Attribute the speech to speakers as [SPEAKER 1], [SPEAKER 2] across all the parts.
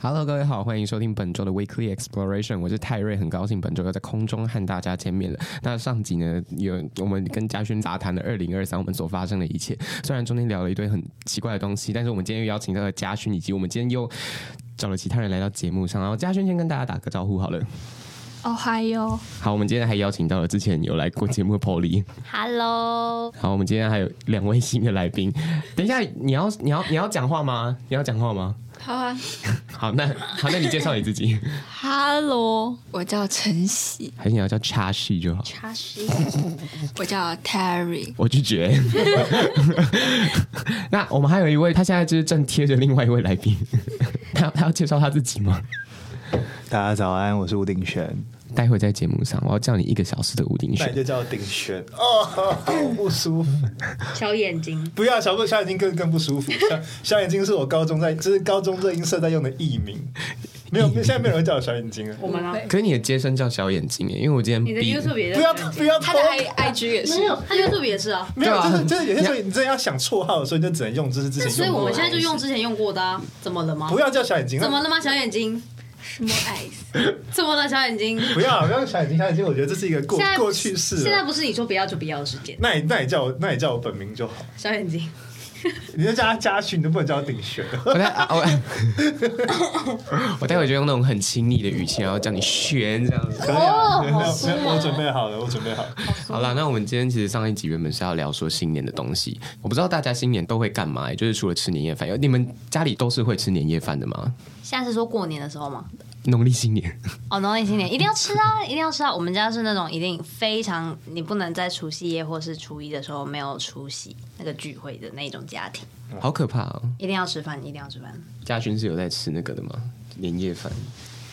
[SPEAKER 1] Hello，各位好，欢迎收听本周的 Weekly Exploration，我是泰瑞，很高兴本周又在空中和大家见面了。那上集呢，有我们跟嘉轩杂谈了二零二三我们所发生的一切，虽然中间聊了一堆很奇怪的东西，但是我们今天又邀请到了嘉轩，以及我们今天又找了其他人来到节目上，然后嘉轩先跟大家打个招呼好了。
[SPEAKER 2] 哦嗨哟，
[SPEAKER 1] 好，我们今天还邀请到了之前有来过节目的 Polly，
[SPEAKER 3] Hello，
[SPEAKER 1] 好，我们今天还有两位新的来宾。等一下，你要你要你要讲话吗？你要讲话吗？
[SPEAKER 2] 好啊
[SPEAKER 1] 好，那好，那你介绍你自己，
[SPEAKER 2] ，Hello，我叫晨曦，
[SPEAKER 1] 还是你要叫叉系就好。
[SPEAKER 3] 他是
[SPEAKER 2] 我叫 Terry，
[SPEAKER 1] 我拒绝。那我们还有一位，他现在就是正贴着另外一位来宾， 他他要介绍他自己吗？
[SPEAKER 4] 大家早安，我是吴鼎玄，
[SPEAKER 1] 待会在节目上，我要叫你一个小时的吴鼎
[SPEAKER 4] 那你
[SPEAKER 1] 选。
[SPEAKER 4] 就叫我鼎玄哦，好不舒服。
[SPEAKER 3] 小眼睛，
[SPEAKER 4] 不要小不小眼睛更更不舒服。小小眼睛是我高中在，这、是高中这音社在用的艺名，没有，现在没有人叫我小眼睛了。
[SPEAKER 3] 我们呢？啊
[SPEAKER 1] 可是你的接声叫小眼睛耶，因为我今天
[SPEAKER 3] 你的
[SPEAKER 1] 逼
[SPEAKER 3] YouTube 也
[SPEAKER 4] 不
[SPEAKER 3] 是
[SPEAKER 4] 要不要偷，
[SPEAKER 2] IG 也
[SPEAKER 3] 没有，他 YouTube 也是啊。
[SPEAKER 4] 没有，
[SPEAKER 1] 对啊
[SPEAKER 4] 就是就是有些时候你真的要想绰号的时候，你就只能用就是之
[SPEAKER 3] 那所
[SPEAKER 4] 前
[SPEAKER 3] 以
[SPEAKER 4] 用
[SPEAKER 3] 我
[SPEAKER 4] 过
[SPEAKER 3] 们
[SPEAKER 4] 的。
[SPEAKER 3] 现在就用之前用过的啊，怎么了吗？
[SPEAKER 4] 不要叫小眼睛，
[SPEAKER 3] 怎么了吗？小眼睛，
[SPEAKER 2] 什么 ice？
[SPEAKER 3] 怎么了？小眼睛，
[SPEAKER 4] 不要不要小眼睛，小眼睛，我觉得这是一个过
[SPEAKER 3] 现在
[SPEAKER 4] 过去式
[SPEAKER 3] 现在
[SPEAKER 4] 了。
[SPEAKER 3] 不是你说不要就不要的时间。
[SPEAKER 4] 那你那你叫我那你叫我本名就好，
[SPEAKER 3] 小眼睛，
[SPEAKER 4] 你就叫他嘉勋，你都不能叫他鼎玄。
[SPEAKER 1] 我待啊我 我待会就用那种很亲昵的语气，然后叫你轩这样子。
[SPEAKER 4] 可以啊，
[SPEAKER 3] 哦好舒服
[SPEAKER 4] 我准备好了，我准备好了。
[SPEAKER 1] 好啦，那我们今天其实上一集原本是要聊说新年的东西，我不知道大家新年都会干嘛、就是除了吃年夜饭，有你们家里都是会吃年夜饭的吗？
[SPEAKER 3] 现在是说过年的时候吗？
[SPEAKER 1] 农历新年。
[SPEAKER 3] 哦，农历新年一定要吃 啊，一定要吃啊！我们家是那种一定非常，你不能在除夕夜或是初一的时候没有出席那个聚会的那种家庭，
[SPEAKER 1] 好可怕哦！
[SPEAKER 3] 一定要吃饭，一定要吃饭。
[SPEAKER 1] 嘉勋是有在吃那个的吗？年夜饭？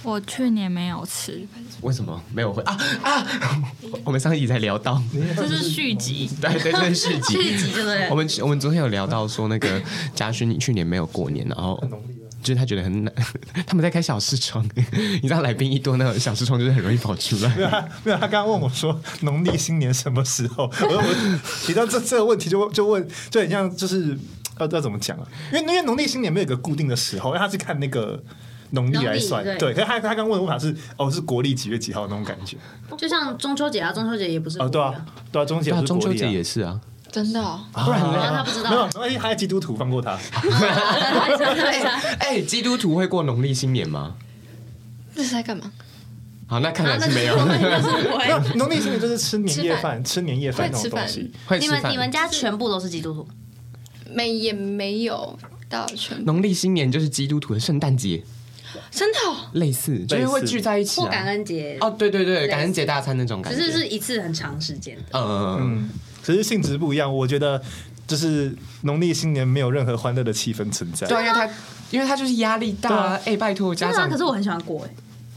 [SPEAKER 2] 我去年没有吃，
[SPEAKER 1] 为什么没有会啊啊？ 我我们上一集才聊 到，
[SPEAKER 2] 这是续 集，
[SPEAKER 1] 对对对，是集。
[SPEAKER 3] 集对不
[SPEAKER 1] 我们我们昨天有聊到说，那个嘉勋去年没有过年，然后
[SPEAKER 4] 农历了
[SPEAKER 1] 就是他觉得很难， 他们在开小视窗， 你知道来宾一多，那种小视窗就是很容易跑出
[SPEAKER 4] 没有啊
[SPEAKER 1] 来。
[SPEAKER 4] 他， 没有他刚刚问我说农历新年什么时候？ 我说我提到这这个问题就就问，就很像就是要要怎么讲啊？因为因为农历新年没有一个固定的时候，因为他是看那个。农历来算，
[SPEAKER 3] 农历
[SPEAKER 4] 对，可是他他刚问的问法是，哦，是国历几月几号那种感觉，
[SPEAKER 3] 就像中秋节啊，中秋节也不是
[SPEAKER 4] 哦，对啊，对啊，中
[SPEAKER 1] 对
[SPEAKER 4] 秋节
[SPEAKER 1] 啊，
[SPEAKER 4] 不是
[SPEAKER 1] 中
[SPEAKER 4] 国
[SPEAKER 1] 秋
[SPEAKER 4] 历
[SPEAKER 1] 节
[SPEAKER 4] 啊，
[SPEAKER 1] 也是啊，
[SPEAKER 2] 真的、哦。
[SPEAKER 4] 不然
[SPEAKER 3] 让他不知道
[SPEAKER 4] 没有，而且他还基督徒，放过他，
[SPEAKER 3] 对啊
[SPEAKER 1] 哎，基督徒会过农历新年吗？
[SPEAKER 2] 这是在干嘛？
[SPEAKER 1] 好，那看来
[SPEAKER 3] 啊 那
[SPEAKER 1] 是没有。
[SPEAKER 4] 没 有，农历新年就是吃年夜饭，吃年夜饭
[SPEAKER 2] 会
[SPEAKER 4] 那
[SPEAKER 2] 吃
[SPEAKER 4] 种
[SPEAKER 2] 饭
[SPEAKER 4] 东西，
[SPEAKER 1] 会
[SPEAKER 3] 你
[SPEAKER 1] 吃
[SPEAKER 3] 们
[SPEAKER 1] 饭
[SPEAKER 3] 你。们家全部都是基督徒？
[SPEAKER 2] 没也没有到全部，
[SPEAKER 1] 农历新年就是基督徒的圣诞节，
[SPEAKER 2] 真的、哦、
[SPEAKER 1] 类似就是会聚在一起
[SPEAKER 3] 过感
[SPEAKER 1] 啊。
[SPEAKER 3] 恩节
[SPEAKER 1] 哦，对对对，感恩节大餐那种感
[SPEAKER 3] 只
[SPEAKER 1] 觉。
[SPEAKER 3] 是是一次很长时间的。
[SPEAKER 1] 嗯嗯嗯。
[SPEAKER 4] 嗯，只是性质不一样，我觉得就是农历新年没有任何欢乐的气氛存在，
[SPEAKER 1] 对啊，因为他因为他就是压力大啊，哎、拜托
[SPEAKER 3] 真
[SPEAKER 1] 家
[SPEAKER 3] 的啊，
[SPEAKER 1] 长。
[SPEAKER 3] 可是我很喜欢过 哎，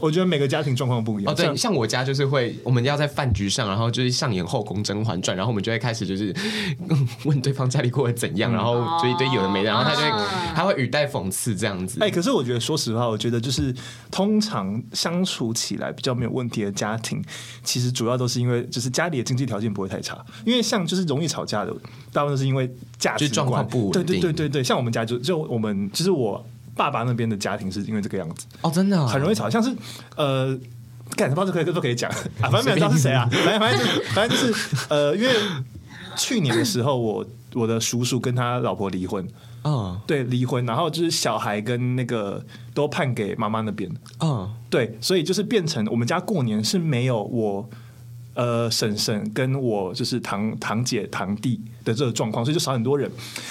[SPEAKER 4] 我觉得每个家庭状况不一样，
[SPEAKER 1] 哦，对，
[SPEAKER 4] 像
[SPEAKER 1] 像我家就是会，我们要在饭局上，然后就是上演后宫甄嬛传，然后我们就会开始就是 嗯问对方家里过得怎
[SPEAKER 4] 嗯
[SPEAKER 1] 样，然后就一堆有的没的，然后他就会、
[SPEAKER 3] 哦啊
[SPEAKER 1] 他会语带讽刺这样子。
[SPEAKER 4] 哎、可是我觉得，说实话，我觉得就是通常相处起来比较没有问题的家庭，其实主要都是因为就是家里的经济条件不会太差，因为像就是容易吵架的，大部分都是因为价值
[SPEAKER 1] 就状况
[SPEAKER 4] 观
[SPEAKER 1] 不稳
[SPEAKER 4] 对
[SPEAKER 1] 定
[SPEAKER 4] 对对对对，像我们家就就我们就是我爸爸那边的家庭是因为这个样子，
[SPEAKER 1] 哦，真的、啊，
[SPEAKER 4] 很容易吵，像是呃。干什么都可以都可以讲 啊，反正没有人知道是谁 啊，反正反正就是反正就是呃，因为去年的时候我我的叔叔跟他老婆离婚，
[SPEAKER 1] 嗯
[SPEAKER 4] 对，离婚，然后就是小孩跟那个都判给妈妈那边，
[SPEAKER 1] 嗯，
[SPEAKER 4] 对，所以就是变成我们家过年是没有我呃婶婶跟我就是堂堂姐堂弟的这个状况，所以就少很多人。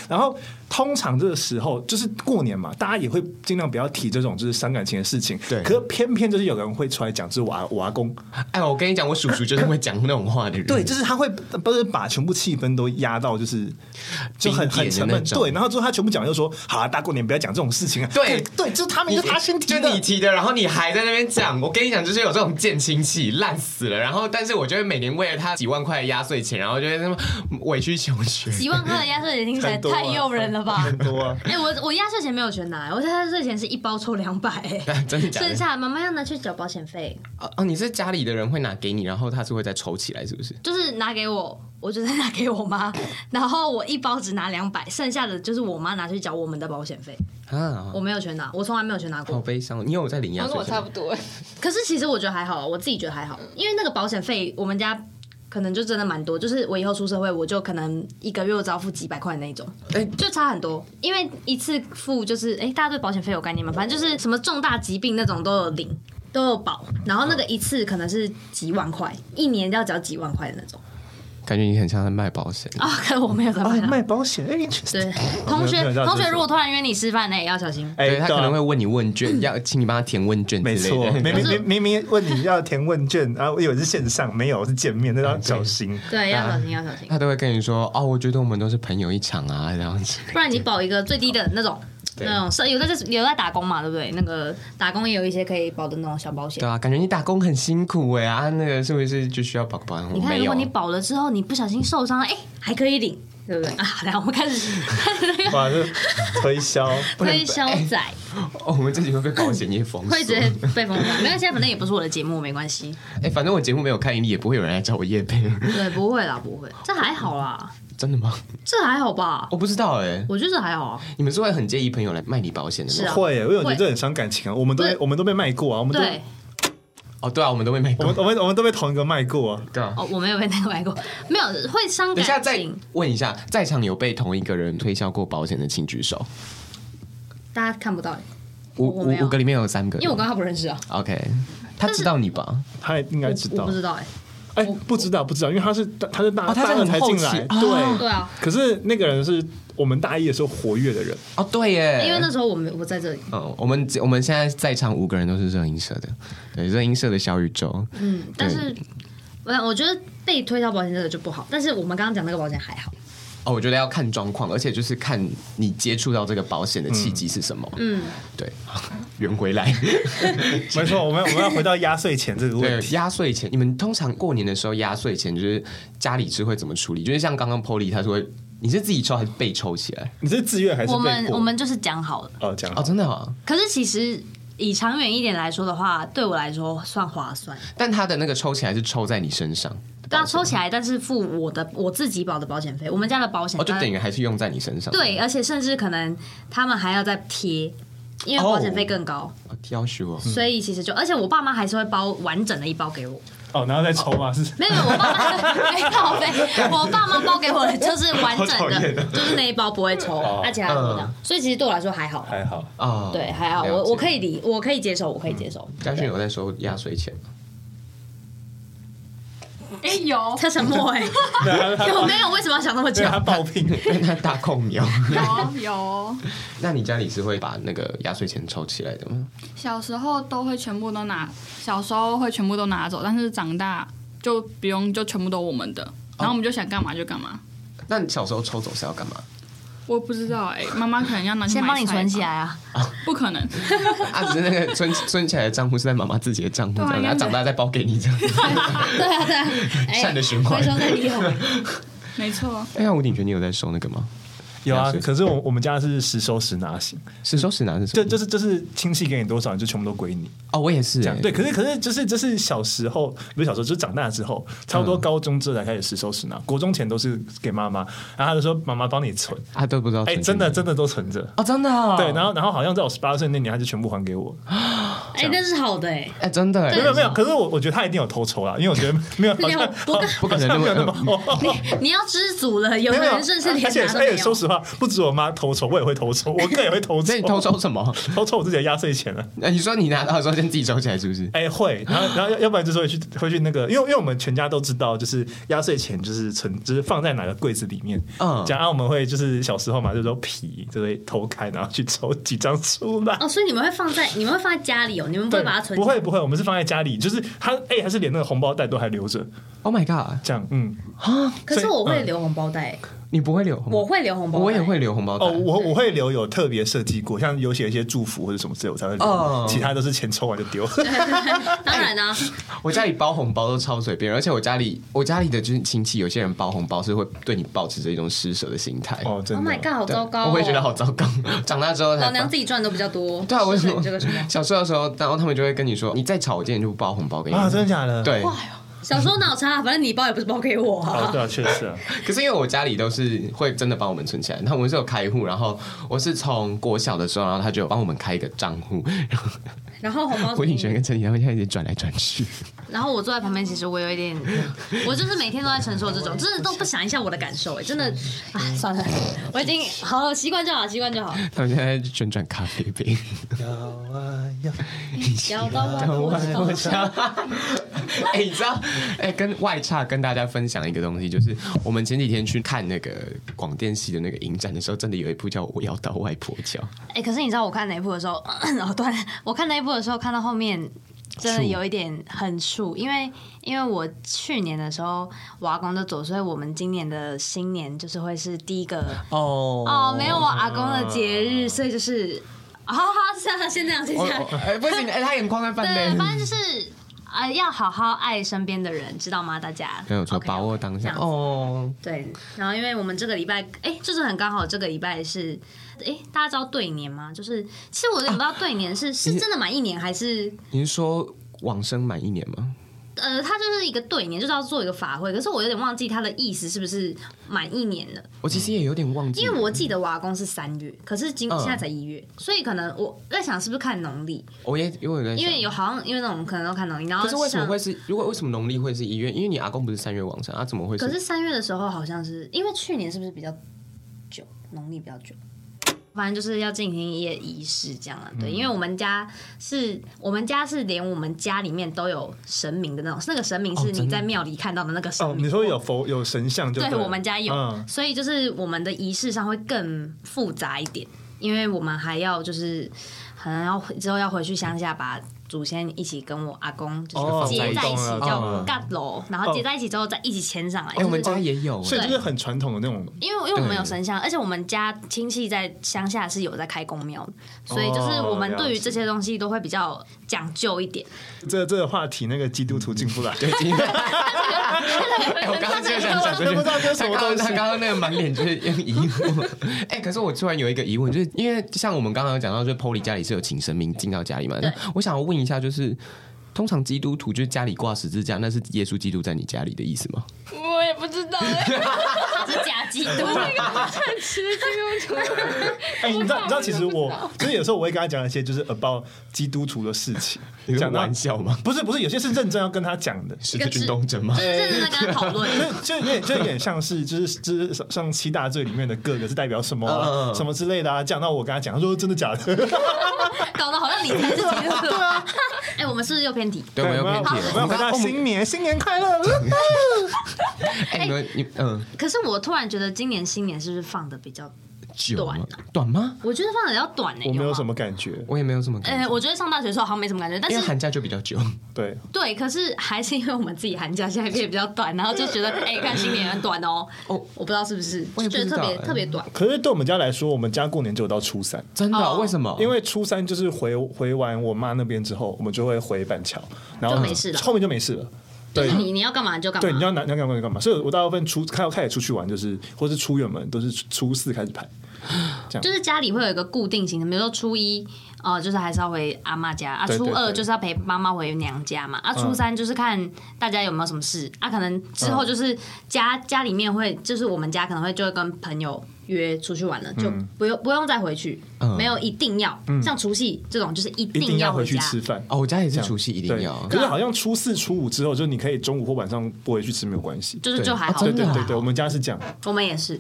[SPEAKER 4] 然后通常这个时候就是过年嘛，大家也会尽量不要提这种就是伤感情的事情。
[SPEAKER 1] 对
[SPEAKER 4] 可是偏偏就是有人会出来讲，就是我阿我阿公，
[SPEAKER 1] 哎，我跟你讲，我叔叔就是会讲那种话的人。
[SPEAKER 4] 对，就是他会不是把全部气氛都压到就是就很
[SPEAKER 1] 冰点的
[SPEAKER 4] 很沉闷
[SPEAKER 1] 那。种
[SPEAKER 4] 对，然后之后他全部讲完就说，好啊，大过年不要讲这种事情啊。
[SPEAKER 1] 对
[SPEAKER 4] 可对，就是他们
[SPEAKER 1] 你
[SPEAKER 4] 就他先提
[SPEAKER 1] 就
[SPEAKER 4] 的
[SPEAKER 1] 你。提的，然后你还在那边讲。我跟你讲，就是有这种贱亲戚，烂死了。然后，但是我就会每年为了他几万块的压岁钱，然后就会那么委曲求全。
[SPEAKER 3] 几万块的压岁钱听起来
[SPEAKER 4] 很多啊
[SPEAKER 3] 太诱人了吧？
[SPEAKER 4] 很多啊，
[SPEAKER 3] 哎、我我压岁钱没有全拿，我压岁钱是一包抽两百、哎
[SPEAKER 1] 真 的假
[SPEAKER 3] 剩
[SPEAKER 1] 的？
[SPEAKER 3] 下妈妈要拿去缴保险费，
[SPEAKER 1] 哦哦，你是家里的人会拿给你，然后他是会再抽起来，是不是？
[SPEAKER 3] 就是拿给我，我就再拿给我妈， 然后我一包只拿两百，剩下的就是我妈拿去缴我们的保险费，
[SPEAKER 1] 啊
[SPEAKER 3] 我，没有全拿，我从来没有全拿
[SPEAKER 1] 好
[SPEAKER 3] 过。
[SPEAKER 1] 悲伤。你有在领压
[SPEAKER 2] 好像跟
[SPEAKER 1] 岁
[SPEAKER 3] 哦
[SPEAKER 2] 我差
[SPEAKER 1] 钱
[SPEAKER 2] 不？多。
[SPEAKER 3] 可是其实我觉得还好，我自己觉得还好，因为那个保险费我们家。可能就真的蛮多，就是我以后出社会，我就可能一个月我只要付几百块那一种，
[SPEAKER 1] 哎
[SPEAKER 3] 就差很多。因为一次付就是，哎、大家对保险费有概念吗？反正就是什么重大疾病那种都有领，都有保。然后那个一次可能是几万块，一年要缴几万块的那种。
[SPEAKER 1] 感觉你很像在卖保险。
[SPEAKER 3] 啊、可我没有在
[SPEAKER 4] 哎
[SPEAKER 3] 买啊。
[SPEAKER 4] 卖保险，哎，
[SPEAKER 3] 对，同
[SPEAKER 4] 没有
[SPEAKER 3] 学
[SPEAKER 4] 没有
[SPEAKER 3] 同
[SPEAKER 4] 这
[SPEAKER 3] 学，
[SPEAKER 4] 样
[SPEAKER 3] 如果突然约你吃饭，那也要小心。
[SPEAKER 4] 哎
[SPEAKER 1] 对他可能会问你问卷，要请你帮他填问卷之
[SPEAKER 4] 没错，
[SPEAKER 1] 类的。
[SPEAKER 4] 明明明明明问你要填问卷，然后我以为是线上，没有是见面，那要小心。
[SPEAKER 3] 对，要小心，要小心，
[SPEAKER 1] 他都会跟你说哦，我觉得我们都是朋友一场啊，这样子。
[SPEAKER 3] 不然你保一个最低的那种。
[SPEAKER 1] 对
[SPEAKER 3] 那种社有在这有在打工嘛，对不对？那个打工也有一些可以保的那种小保险
[SPEAKER 1] 对。啊，感觉你打工很辛苦哎、啊，那个是不是就需要保个保险？我
[SPEAKER 3] 你看，
[SPEAKER 1] 没
[SPEAKER 3] 如
[SPEAKER 1] 有
[SPEAKER 3] 果，你保了之后，你不小心受伤了，哎，还可以领，对不对啊？来，我们开始
[SPEAKER 4] 哇，这推销，
[SPEAKER 3] 推销仔
[SPEAKER 1] 哦，我们这集会被保险业封锁。
[SPEAKER 3] 会直接被封杀，没关系，反正也不是我的节目，没关系。
[SPEAKER 1] 哎、反正我节目没有看盈利，也不会有人来找我叶配。
[SPEAKER 3] 对，不会啦，不会，这还好啦，
[SPEAKER 1] 真的吗？
[SPEAKER 3] 这还好吧？
[SPEAKER 1] 我不知道哎、
[SPEAKER 3] 我觉得这还好啊。
[SPEAKER 1] 你们是会很介意朋友来卖你保险的
[SPEAKER 3] 是
[SPEAKER 1] 吗？
[SPEAKER 3] 啊
[SPEAKER 4] 会，因为我觉得
[SPEAKER 3] 会
[SPEAKER 4] 这很伤感情啊。我们都被
[SPEAKER 3] 不
[SPEAKER 4] 我们都被卖过啊，我们都
[SPEAKER 3] 对，
[SPEAKER 1] 哦，对啊，我们都会卖
[SPEAKER 4] 我
[SPEAKER 1] 过。
[SPEAKER 4] 们我们我们都被同一个卖过啊。
[SPEAKER 1] 对啊。
[SPEAKER 3] 哦，我没有被那个买过，没有会伤
[SPEAKER 1] 等一下
[SPEAKER 3] 感
[SPEAKER 1] 再
[SPEAKER 3] 情。
[SPEAKER 1] 问一下，在场有被同一个人推销过保险的，请举手。
[SPEAKER 3] 大家看不到，
[SPEAKER 1] 五
[SPEAKER 3] 我没有
[SPEAKER 1] 五五个里面有三个。
[SPEAKER 3] 因为我跟他不认识啊，
[SPEAKER 1] OK，他知道你吧？
[SPEAKER 4] 他应该知
[SPEAKER 3] 我
[SPEAKER 4] 道
[SPEAKER 3] 不，知道哎、
[SPEAKER 4] 哎，不知道不知道，因为他是他是大
[SPEAKER 1] 哦他是
[SPEAKER 4] 大二
[SPEAKER 1] 很
[SPEAKER 4] 才
[SPEAKER 1] 后
[SPEAKER 4] 进
[SPEAKER 1] 期
[SPEAKER 4] 来，
[SPEAKER 1] 哦
[SPEAKER 4] 对
[SPEAKER 3] 对。啊，
[SPEAKER 4] 可是那个人是我们大一的时候活跃的人，
[SPEAKER 1] 哦，对耶，
[SPEAKER 3] 因为那时候我没我在这里，
[SPEAKER 1] 嗯，我们我们现在在场五个人都是热音社的，对，热音社的小宇宙，
[SPEAKER 3] 嗯，但是我我觉得被推销保险这个就不好，但是我们刚刚讲那个保险还好，
[SPEAKER 1] 哦，我觉得要看状况，而且就是看你接触到这个保险的契机是什么。
[SPEAKER 3] 嗯，
[SPEAKER 1] 对， 圆回来。
[SPEAKER 4] 没错，我们我们要回到压岁钱这个 问
[SPEAKER 1] 对，
[SPEAKER 4] 题。
[SPEAKER 1] 压岁钱，你们通常过年的时候压岁钱就是家里是会怎么处理？就是像刚刚 Polly 他说，你是自己抽还是被抽起来？
[SPEAKER 4] 你是自愿还是
[SPEAKER 3] 我
[SPEAKER 4] 被
[SPEAKER 3] 们
[SPEAKER 4] 迫？哦
[SPEAKER 3] 我们就是讲好了，
[SPEAKER 4] 哦，这样
[SPEAKER 1] 哦，真的啊。
[SPEAKER 3] 可是其实以长远一点来说的话，对我来说算划算，
[SPEAKER 1] 但他的那个抽起来是抽在你身上，
[SPEAKER 3] 对啊，抽起来，但是付我的我自己保的保险费，我们家的保险
[SPEAKER 1] 哦，就
[SPEAKER 3] 它
[SPEAKER 1] 等于还是用在你身上。
[SPEAKER 3] 对，而且甚至可能他们还要再贴，因为保险费更高，
[SPEAKER 1] 哦，挑选哦。
[SPEAKER 4] 嗯
[SPEAKER 3] 所以其实就而且我爸妈还是会包完整的一包给我。
[SPEAKER 4] 哦，然后再抽嘛，是
[SPEAKER 3] 没有，没有我爸妈 没靠背，我爸妈包给我的就是完
[SPEAKER 1] 好
[SPEAKER 3] 整
[SPEAKER 1] 讨厌
[SPEAKER 3] 的
[SPEAKER 1] 啊，
[SPEAKER 3] 就是那一包不会抽，而且还这样，所以其实对我来说还好，
[SPEAKER 4] 还 好。
[SPEAKER 1] 啊，
[SPEAKER 3] 对，还好，
[SPEAKER 1] 了
[SPEAKER 3] 我
[SPEAKER 1] 解
[SPEAKER 3] 我可以理，我可以接受，我可以接受。
[SPEAKER 1] 嘉轩有在收压岁 钱吗？
[SPEAKER 2] 哎、 有
[SPEAKER 3] 他沉默哎，
[SPEAKER 4] 对啊，他
[SPEAKER 3] 有没有？为什么要想那么久
[SPEAKER 4] 对？他啊爆品，
[SPEAKER 1] 跟他大空苗。
[SPEAKER 2] 有有，
[SPEAKER 1] 那你家里是会把那个压岁钱抽起来的吗？
[SPEAKER 2] 小时候都会全部都拿，小时候会全部都拿走，但是长大就不用，就全部都我们的。然后我们就想干嘛就干嘛，
[SPEAKER 1] 那你小时候抽走是要干嘛？
[SPEAKER 2] 我不知道 哎、妈妈可能要拿去
[SPEAKER 3] 先
[SPEAKER 2] 买
[SPEAKER 3] 帮你
[SPEAKER 2] 菜
[SPEAKER 3] 存起
[SPEAKER 2] 吧
[SPEAKER 3] 来，啊！
[SPEAKER 2] 不可能，
[SPEAKER 1] 啊，只是那个存存起来的账户是在妈妈自己的账户，这样，
[SPEAKER 2] 对啊
[SPEAKER 1] 然后长大再包给你这样。
[SPEAKER 3] 对啊，对啊，哎
[SPEAKER 1] 善的循环
[SPEAKER 3] 回收再利用。
[SPEAKER 2] 没错，
[SPEAKER 1] 哎呀，吴鼎全，你有在收那个吗？
[SPEAKER 4] 有啊
[SPEAKER 1] 压岁。钱
[SPEAKER 4] 可是我我们家是实收实拿型，
[SPEAKER 1] 是收拾拿是什
[SPEAKER 4] 就
[SPEAKER 1] 么？
[SPEAKER 4] 就是就是亲戚给你多少，你就全部都归你。
[SPEAKER 1] 哦，我也是
[SPEAKER 4] 这
[SPEAKER 1] 哎
[SPEAKER 4] 样。对，可是可是就是就是小时候不是小时候，就是长大之后，差不多高中之后才开始实收实拿，国中前都是给妈妈，然后她就说妈妈帮你存，
[SPEAKER 1] 啊，都不知道存
[SPEAKER 4] 哎、
[SPEAKER 1] 钱。
[SPEAKER 4] 真的真的都存着。
[SPEAKER 1] 哦，真的哦
[SPEAKER 4] 对，然后然后好像在我十八岁那年，她就全部还给我。
[SPEAKER 3] 哎，那是好的哎，
[SPEAKER 1] 哎、真的、
[SPEAKER 4] 没有没有没有，
[SPEAKER 1] 哎
[SPEAKER 4] 可是我我觉得他一定有偷抽啦，因为我觉得没有，好
[SPEAKER 3] 没有
[SPEAKER 4] 像
[SPEAKER 3] 啊 不
[SPEAKER 4] 好
[SPEAKER 1] 不可能那
[SPEAKER 4] 像
[SPEAKER 1] 么呃
[SPEAKER 4] 没有那么好。
[SPEAKER 3] 嗯 你要知足了，有
[SPEAKER 4] 没
[SPEAKER 3] 的
[SPEAKER 4] 有，
[SPEAKER 3] 人甚至连
[SPEAKER 4] 而且
[SPEAKER 3] 拿
[SPEAKER 4] 而
[SPEAKER 3] 都没有
[SPEAKER 4] 且。说实话，不止我妈偷抽，我也会偷抽，我哥也会 偷抽，
[SPEAKER 1] 那你偷抽什么？
[SPEAKER 4] 偷抽我自己的压岁钱 了。啊
[SPEAKER 1] 哎你说你拿到的时候先自己收起来是不是？
[SPEAKER 4] 哎、会，然后然后要要不然就是会去会去那个，因为因为我们全家都知道，就是压岁钱就是存，就是放在哪个柜子里面。
[SPEAKER 1] 嗯
[SPEAKER 4] 讲啊，我们会就是小时候嘛，就说皮就会偷开，然后去抽几张出来。
[SPEAKER 3] 哦，所以你们会放在你们会放在家里哦，你们不会把它存
[SPEAKER 4] 不
[SPEAKER 3] 起来
[SPEAKER 4] 会不会，我们是放在家里，就是它哎、还是连那个红包袋都还留着，
[SPEAKER 1] ，Oh my god！
[SPEAKER 4] 这样嗯
[SPEAKER 3] 可是
[SPEAKER 4] 所以
[SPEAKER 3] 我会
[SPEAKER 4] 嗯
[SPEAKER 3] 留红包袋，
[SPEAKER 1] 你不会留红包，
[SPEAKER 3] 我会留红包袋，
[SPEAKER 1] 我也会留红包袋。
[SPEAKER 4] 哦，我我会留有特别设计过，像有写一些祝福或者什么之类，我才会留，
[SPEAKER 1] 哦
[SPEAKER 4] 其他都是钱抽完就丢。
[SPEAKER 3] 当然啊，
[SPEAKER 1] 我家里包红包都超随便，而且 我家里我家里的就是亲戚，有些人包红包是会对你保持着一种施舍的心态。
[SPEAKER 4] 哦，真
[SPEAKER 3] Oh
[SPEAKER 4] 的
[SPEAKER 3] my god，好
[SPEAKER 1] 对
[SPEAKER 3] 糟糕、哦！
[SPEAKER 1] 我会觉得好糟糕。 长大之后才
[SPEAKER 3] 老娘自己赚的比较多。
[SPEAKER 1] 对啊，为
[SPEAKER 3] 是
[SPEAKER 1] 什
[SPEAKER 3] 你
[SPEAKER 1] 么
[SPEAKER 3] 这个什么？
[SPEAKER 1] 小时候的时候，然后他们就会跟你说，你再吵，我今天就不包红包给你。
[SPEAKER 4] 啊，真的假的？，
[SPEAKER 1] 对，
[SPEAKER 3] 小时候脑差，反正你包也不是包给我、
[SPEAKER 4] 哦，
[SPEAKER 3] 啊。
[SPEAKER 4] 对啊，确实啊，
[SPEAKER 1] 可是因为我家里都是会真的帮我们存起来，然后我们是有开户，然后我是从国小的时候，然后他就有帮我们开一个账户， 然后
[SPEAKER 3] 然后红 包
[SPEAKER 1] 胡景轩跟陈怡他们现在一直转来转去。
[SPEAKER 3] 然后我坐在旁边，其实我有一点，我就是每天都在承受这 种，真的都不想一下我的感受、哎，真的，哎， 算了，我已经好习惯就好，习 惯就好。
[SPEAKER 1] 他们现在在旋转咖啡 杯，
[SPEAKER 4] 要啊要，
[SPEAKER 3] 摇到我的头上，
[SPEAKER 1] 哎、你知道，哎、跟外差跟大家分享一个东西，就是我们前几天去看那个广电系的那个影展的时候，真的有一部叫《我要到外婆家》，
[SPEAKER 3] 哎、可是你知道我看哪一部的时候， 哦，对，我看那一部的时候，看到后面真的
[SPEAKER 1] 怵
[SPEAKER 3] 有一点很怵，因为因为我去年的时候我阿公就走，所以我们今年的新年就是会是第一个
[SPEAKER 1] 哦
[SPEAKER 3] 哦，没有我阿公的节日，所以就是，好好好，先 这样，先这
[SPEAKER 1] 我
[SPEAKER 3] 样。
[SPEAKER 1] 我哎、不行，哎、他眼眶在泛
[SPEAKER 3] 对，反正
[SPEAKER 1] 泪。
[SPEAKER 3] 就是呃，要好好爱身边的人，知道吗？大家
[SPEAKER 1] 没有错，
[SPEAKER 3] OK，
[SPEAKER 1] 把握当
[SPEAKER 3] 这
[SPEAKER 1] 下
[SPEAKER 3] 样子
[SPEAKER 1] 哦。
[SPEAKER 3] 对，然后因为我们这个礼拜，哎，就是很刚好这个礼拜是，哎，大家知道对年吗？就是其实我有点不知道对年
[SPEAKER 1] 啊
[SPEAKER 3] 是、是真的满一年还是
[SPEAKER 1] 你是说往生满一年吗？
[SPEAKER 3] 呃，它就是一个对年，就是要做一个法会，可是我有点忘记它的意思是不是满一年了。
[SPEAKER 1] 我其实也有点忘记了，
[SPEAKER 3] 因为我记得我阿公是三月，可是今
[SPEAKER 1] 嗯
[SPEAKER 3] 现在才一月，所以可能我在想是不是看农历，
[SPEAKER 1] 我也因为我在想
[SPEAKER 3] 因为有啊好像因为那种可能都看农历，然后
[SPEAKER 1] 可是为什么
[SPEAKER 3] 像
[SPEAKER 1] 会是？如果为什么农历会是一月？因为你阿公不是三月往生啊，怎么会
[SPEAKER 3] 可是三月的时候好像是因为去年是不是比较久，农历比较久。反正就是要进行一些仪式，这样啊，对，因为我们家是，我们家是连我们家里面都有神明的那种，那个神明
[SPEAKER 1] 哦
[SPEAKER 3] 是
[SPEAKER 1] 真的
[SPEAKER 3] 你在庙里看到的那个神
[SPEAKER 4] 哦，
[SPEAKER 3] 明。
[SPEAKER 4] 你说有佛有神像就
[SPEAKER 3] 对
[SPEAKER 4] 了
[SPEAKER 3] 我们家有，
[SPEAKER 4] 嗯
[SPEAKER 3] 所以就是我们的仪式上会更复杂一点，因为我们还要就是可能要回之后要回去乡下把。祖先一起跟我阿公就
[SPEAKER 4] 哦
[SPEAKER 3] 是接在一起
[SPEAKER 4] 懂了，
[SPEAKER 3] 叫
[SPEAKER 1] 懂了
[SPEAKER 3] 嘎楼，然后接在一起之后再一起牵上来。
[SPEAKER 1] 哎、我们
[SPEAKER 3] 哦就是
[SPEAKER 1] 家也有、
[SPEAKER 4] 所以就是很传统的那种
[SPEAKER 3] 因为因为我们有神像，而且我们家亲戚在乡下是有在开公庙的，所以就是我们对于这些东西都会比较讲究一点。
[SPEAKER 4] 这这个话题，那个基督徒进不来。
[SPEAKER 1] 对，今天。哎我刚刚就想讲这
[SPEAKER 4] 真的
[SPEAKER 1] 句，
[SPEAKER 4] 不知道这是什么
[SPEAKER 1] 他刚
[SPEAKER 4] 东西
[SPEAKER 1] 他刚刚那个满脸就是 疑惑。哎、可是我突然有一个疑问，就是因为像我们刚刚有讲到，就是 Polly 家里是有请神明进到家里嘛？那我想要问一下，就是通常基督徒就是家里挂十字架，那是耶稣基督在你家里的意思吗？
[SPEAKER 2] 我也不知 道哎，
[SPEAKER 3] 他是假基督，
[SPEAKER 2] 其实这个我
[SPEAKER 4] 哎、你知道，你知道，其实
[SPEAKER 2] 我不知
[SPEAKER 4] 我
[SPEAKER 2] 道
[SPEAKER 4] 就是有时候我会跟他讲一些就是 about 基督徒的事情，
[SPEAKER 1] 你在
[SPEAKER 4] 讲到
[SPEAKER 1] 玩笑吗？
[SPEAKER 4] 不是不是，有些是认真要跟他讲的，
[SPEAKER 1] 十字军东征吗？
[SPEAKER 3] 真正的在跟他讨论。
[SPEAKER 4] 就就有点就有点像是就是就是像七大罪里面的各个是代表什么啊、
[SPEAKER 1] 嗯嗯嗯
[SPEAKER 4] 什么之类的啊，讲到我跟他讲，他说真的假的？
[SPEAKER 3] 搞得好像你才是基督徒。 哎，我们是不是又偏题？
[SPEAKER 1] 对，我们又偏题了。哦
[SPEAKER 4] 我们要
[SPEAKER 1] 刚
[SPEAKER 4] 回答
[SPEAKER 1] 刚
[SPEAKER 4] 新年新年快乐。
[SPEAKER 1] 哎、你们你嗯，
[SPEAKER 3] 可是我突然觉得今年新年是不是放的比较，
[SPEAKER 1] 久吗
[SPEAKER 3] 短啊？
[SPEAKER 1] 短吗？
[SPEAKER 3] 我觉得放的比较短呢、
[SPEAKER 4] 我没有
[SPEAKER 3] 吗
[SPEAKER 4] 什么。感觉，
[SPEAKER 1] 我也没有什么感
[SPEAKER 3] 呃，
[SPEAKER 1] 觉，
[SPEAKER 3] 我觉得上大学的时候好像没什么感觉，但
[SPEAKER 1] 因为
[SPEAKER 3] 是
[SPEAKER 1] 寒假就比较久。
[SPEAKER 4] 对，
[SPEAKER 3] 对，可是还是因为我们自己寒假现在变得比较短，然后就觉得哎、看新年很短哦。
[SPEAKER 1] 哦
[SPEAKER 3] 哦，我不知道是不是，
[SPEAKER 1] 我也
[SPEAKER 3] 就
[SPEAKER 1] 不
[SPEAKER 3] 觉
[SPEAKER 1] 知
[SPEAKER 3] 得
[SPEAKER 1] 道
[SPEAKER 3] 特别
[SPEAKER 1] 哎
[SPEAKER 3] 特别短。
[SPEAKER 4] 可是对我们家来说，我们家过年只有到初三，
[SPEAKER 1] 真的、
[SPEAKER 3] 哦
[SPEAKER 1] 为什么？
[SPEAKER 4] 因为初三就是回回完我妈那边之后，我们就会回板桥，然后
[SPEAKER 3] 就没事了
[SPEAKER 4] 后面就没事了。
[SPEAKER 3] 就
[SPEAKER 4] 对
[SPEAKER 3] 是，你你要干嘛就干嘛。
[SPEAKER 4] 对，你要拿你要干嘛就干嘛。所以我大部分出开开始出去玩，就是或是出远门，都是初四开始排。
[SPEAKER 3] 就是家里会有一个固定型的，比如说初一，呃，就是还是要回阿妈家啊；
[SPEAKER 4] 对对
[SPEAKER 3] 初二
[SPEAKER 4] 对嗯
[SPEAKER 3] 就是要陪妈妈回娘家嘛；啊，初三就是看大家有没有
[SPEAKER 4] 嗯
[SPEAKER 3] 什么事啊。可能之后就是家家里面会，就是我们家可能会就会跟朋友约出去玩了，就
[SPEAKER 4] 嗯
[SPEAKER 3] 不用不用再回去，
[SPEAKER 1] 嗯
[SPEAKER 3] 没有一定要。像除夕这种就是一
[SPEAKER 4] 一定要
[SPEAKER 3] 回
[SPEAKER 4] 回去
[SPEAKER 3] 家。
[SPEAKER 4] 吃饭。
[SPEAKER 1] 哦，我家也是除夕一定
[SPEAKER 4] 对
[SPEAKER 1] 要，。
[SPEAKER 4] 可是好像初四、初五之后，就是你可以中午或晚上不回去吃没有关系。
[SPEAKER 3] 就是
[SPEAKER 1] 对
[SPEAKER 3] 就还
[SPEAKER 1] 哦
[SPEAKER 3] 好，
[SPEAKER 4] 对
[SPEAKER 1] 真的
[SPEAKER 4] 对
[SPEAKER 1] 啊
[SPEAKER 4] 对对，我们家是这样，
[SPEAKER 3] 我们也是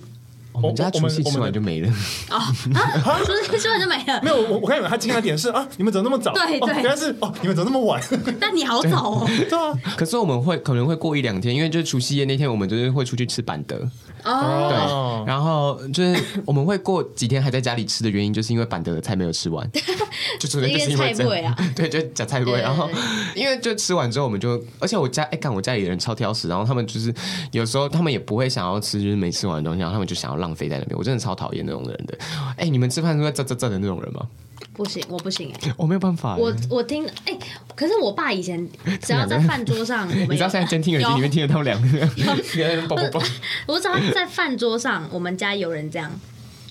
[SPEAKER 1] 哦我们家除夕吃完就没了。
[SPEAKER 3] 哦，啊除夕吃完 就没了
[SPEAKER 4] 没。有我我刚以为他惊讶点是啊，你们怎么那么早？
[SPEAKER 3] 对
[SPEAKER 4] 哦
[SPEAKER 3] 对
[SPEAKER 4] 原来是哦，你们怎么那么晚？
[SPEAKER 3] 但你好早哦，
[SPEAKER 4] 对啊，
[SPEAKER 1] 可是我们会可能会过一两天，因为就是除夕夜那天，我们就是会出去吃板德。
[SPEAKER 3] 哦，
[SPEAKER 1] 对，
[SPEAKER 4] 哦
[SPEAKER 1] 然后就是我们会过几天还在家里吃的原因，就是因为板德的菜没有吃 完，就纯粹就是因为
[SPEAKER 3] 因为菜
[SPEAKER 1] 这
[SPEAKER 3] 味
[SPEAKER 1] 样
[SPEAKER 3] 啊，
[SPEAKER 1] 对，就假菜
[SPEAKER 3] 对
[SPEAKER 1] 味。
[SPEAKER 3] 对
[SPEAKER 1] 然后因为就吃完之后，我们就，而且我家哎，干我家里的人超挑食，然后他们就是有时候他们也不会想要吃就是没吃完的东西，然后他们就想要浪费在那边。我真的超讨厌那种人的。哎，你们吃饭是会这这这的那种人吗？
[SPEAKER 3] 不行，我不行哎、
[SPEAKER 1] 我没有办法。
[SPEAKER 3] 我我听哎、可是我爸以前只要在饭桌上，我
[SPEAKER 1] 你
[SPEAKER 3] 们
[SPEAKER 1] 知道现在监听耳机
[SPEAKER 3] 有
[SPEAKER 1] 里面听着他们两个， 人啵啵啵。
[SPEAKER 3] 我只要在饭桌上，我们家有人这样。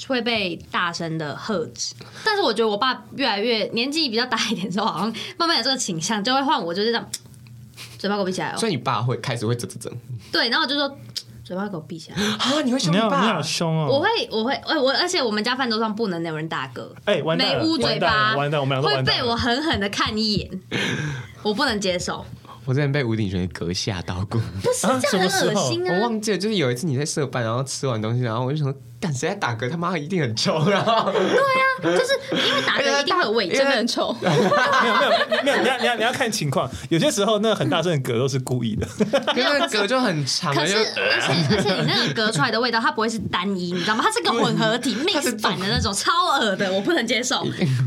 [SPEAKER 3] 会被大声的喝止，但是我觉得我爸越来越年纪比较大一点之后，好像慢慢有这个倾向，就会换我就是这样，嘴巴给我闭起来哦。
[SPEAKER 1] 所以你爸会开始会啧啧啧
[SPEAKER 3] 对，然后我就
[SPEAKER 4] 哦
[SPEAKER 3] 说嘴巴给我闭起来。
[SPEAKER 1] 啊！你会凶
[SPEAKER 4] 你
[SPEAKER 1] 你
[SPEAKER 4] 好你
[SPEAKER 1] 爸
[SPEAKER 4] 好？凶
[SPEAKER 3] 我
[SPEAKER 4] 哦！
[SPEAKER 3] 会，我会，哎，我而且我们家饭桌上不能有人打嗝，
[SPEAKER 4] 哎，完蛋
[SPEAKER 3] 没
[SPEAKER 4] 了，
[SPEAKER 3] 捂嘴
[SPEAKER 4] 完蛋
[SPEAKER 3] 巴，
[SPEAKER 4] 了，完蛋，我们俩都
[SPEAKER 3] 会
[SPEAKER 4] 完蛋
[SPEAKER 3] 被
[SPEAKER 4] 了
[SPEAKER 3] 我狠狠的看一眼，我不能接受，
[SPEAKER 1] 我之前被吴鼎玄的嗝吓到 过。
[SPEAKER 3] 不是
[SPEAKER 4] 啊
[SPEAKER 3] 这样
[SPEAKER 4] 什
[SPEAKER 3] 很
[SPEAKER 4] 么时
[SPEAKER 3] 恶
[SPEAKER 4] 候
[SPEAKER 3] 心
[SPEAKER 1] 我
[SPEAKER 3] 啊！
[SPEAKER 1] 忘记了，就是有一次你在社办，然后吃完东西，然后我就想说，干谁在打嗝？他妈一定很臭，然后
[SPEAKER 3] 就是因为打
[SPEAKER 1] 哎呀
[SPEAKER 3] 嗝一定会有味
[SPEAKER 2] 真
[SPEAKER 3] 道
[SPEAKER 2] 的，很丑。
[SPEAKER 3] 啊
[SPEAKER 4] 没有没有没有，你要你要你要看情况，有些时候那很大声的嗝都是故意的。
[SPEAKER 1] 因为那个嗝就很长，
[SPEAKER 3] 可是，
[SPEAKER 1] 就
[SPEAKER 3] 而且而且你那个隔出来的味道，它不会是单一，你知道吗？它是个混合体 mix 版的那种，超恶的，我不能接受。 我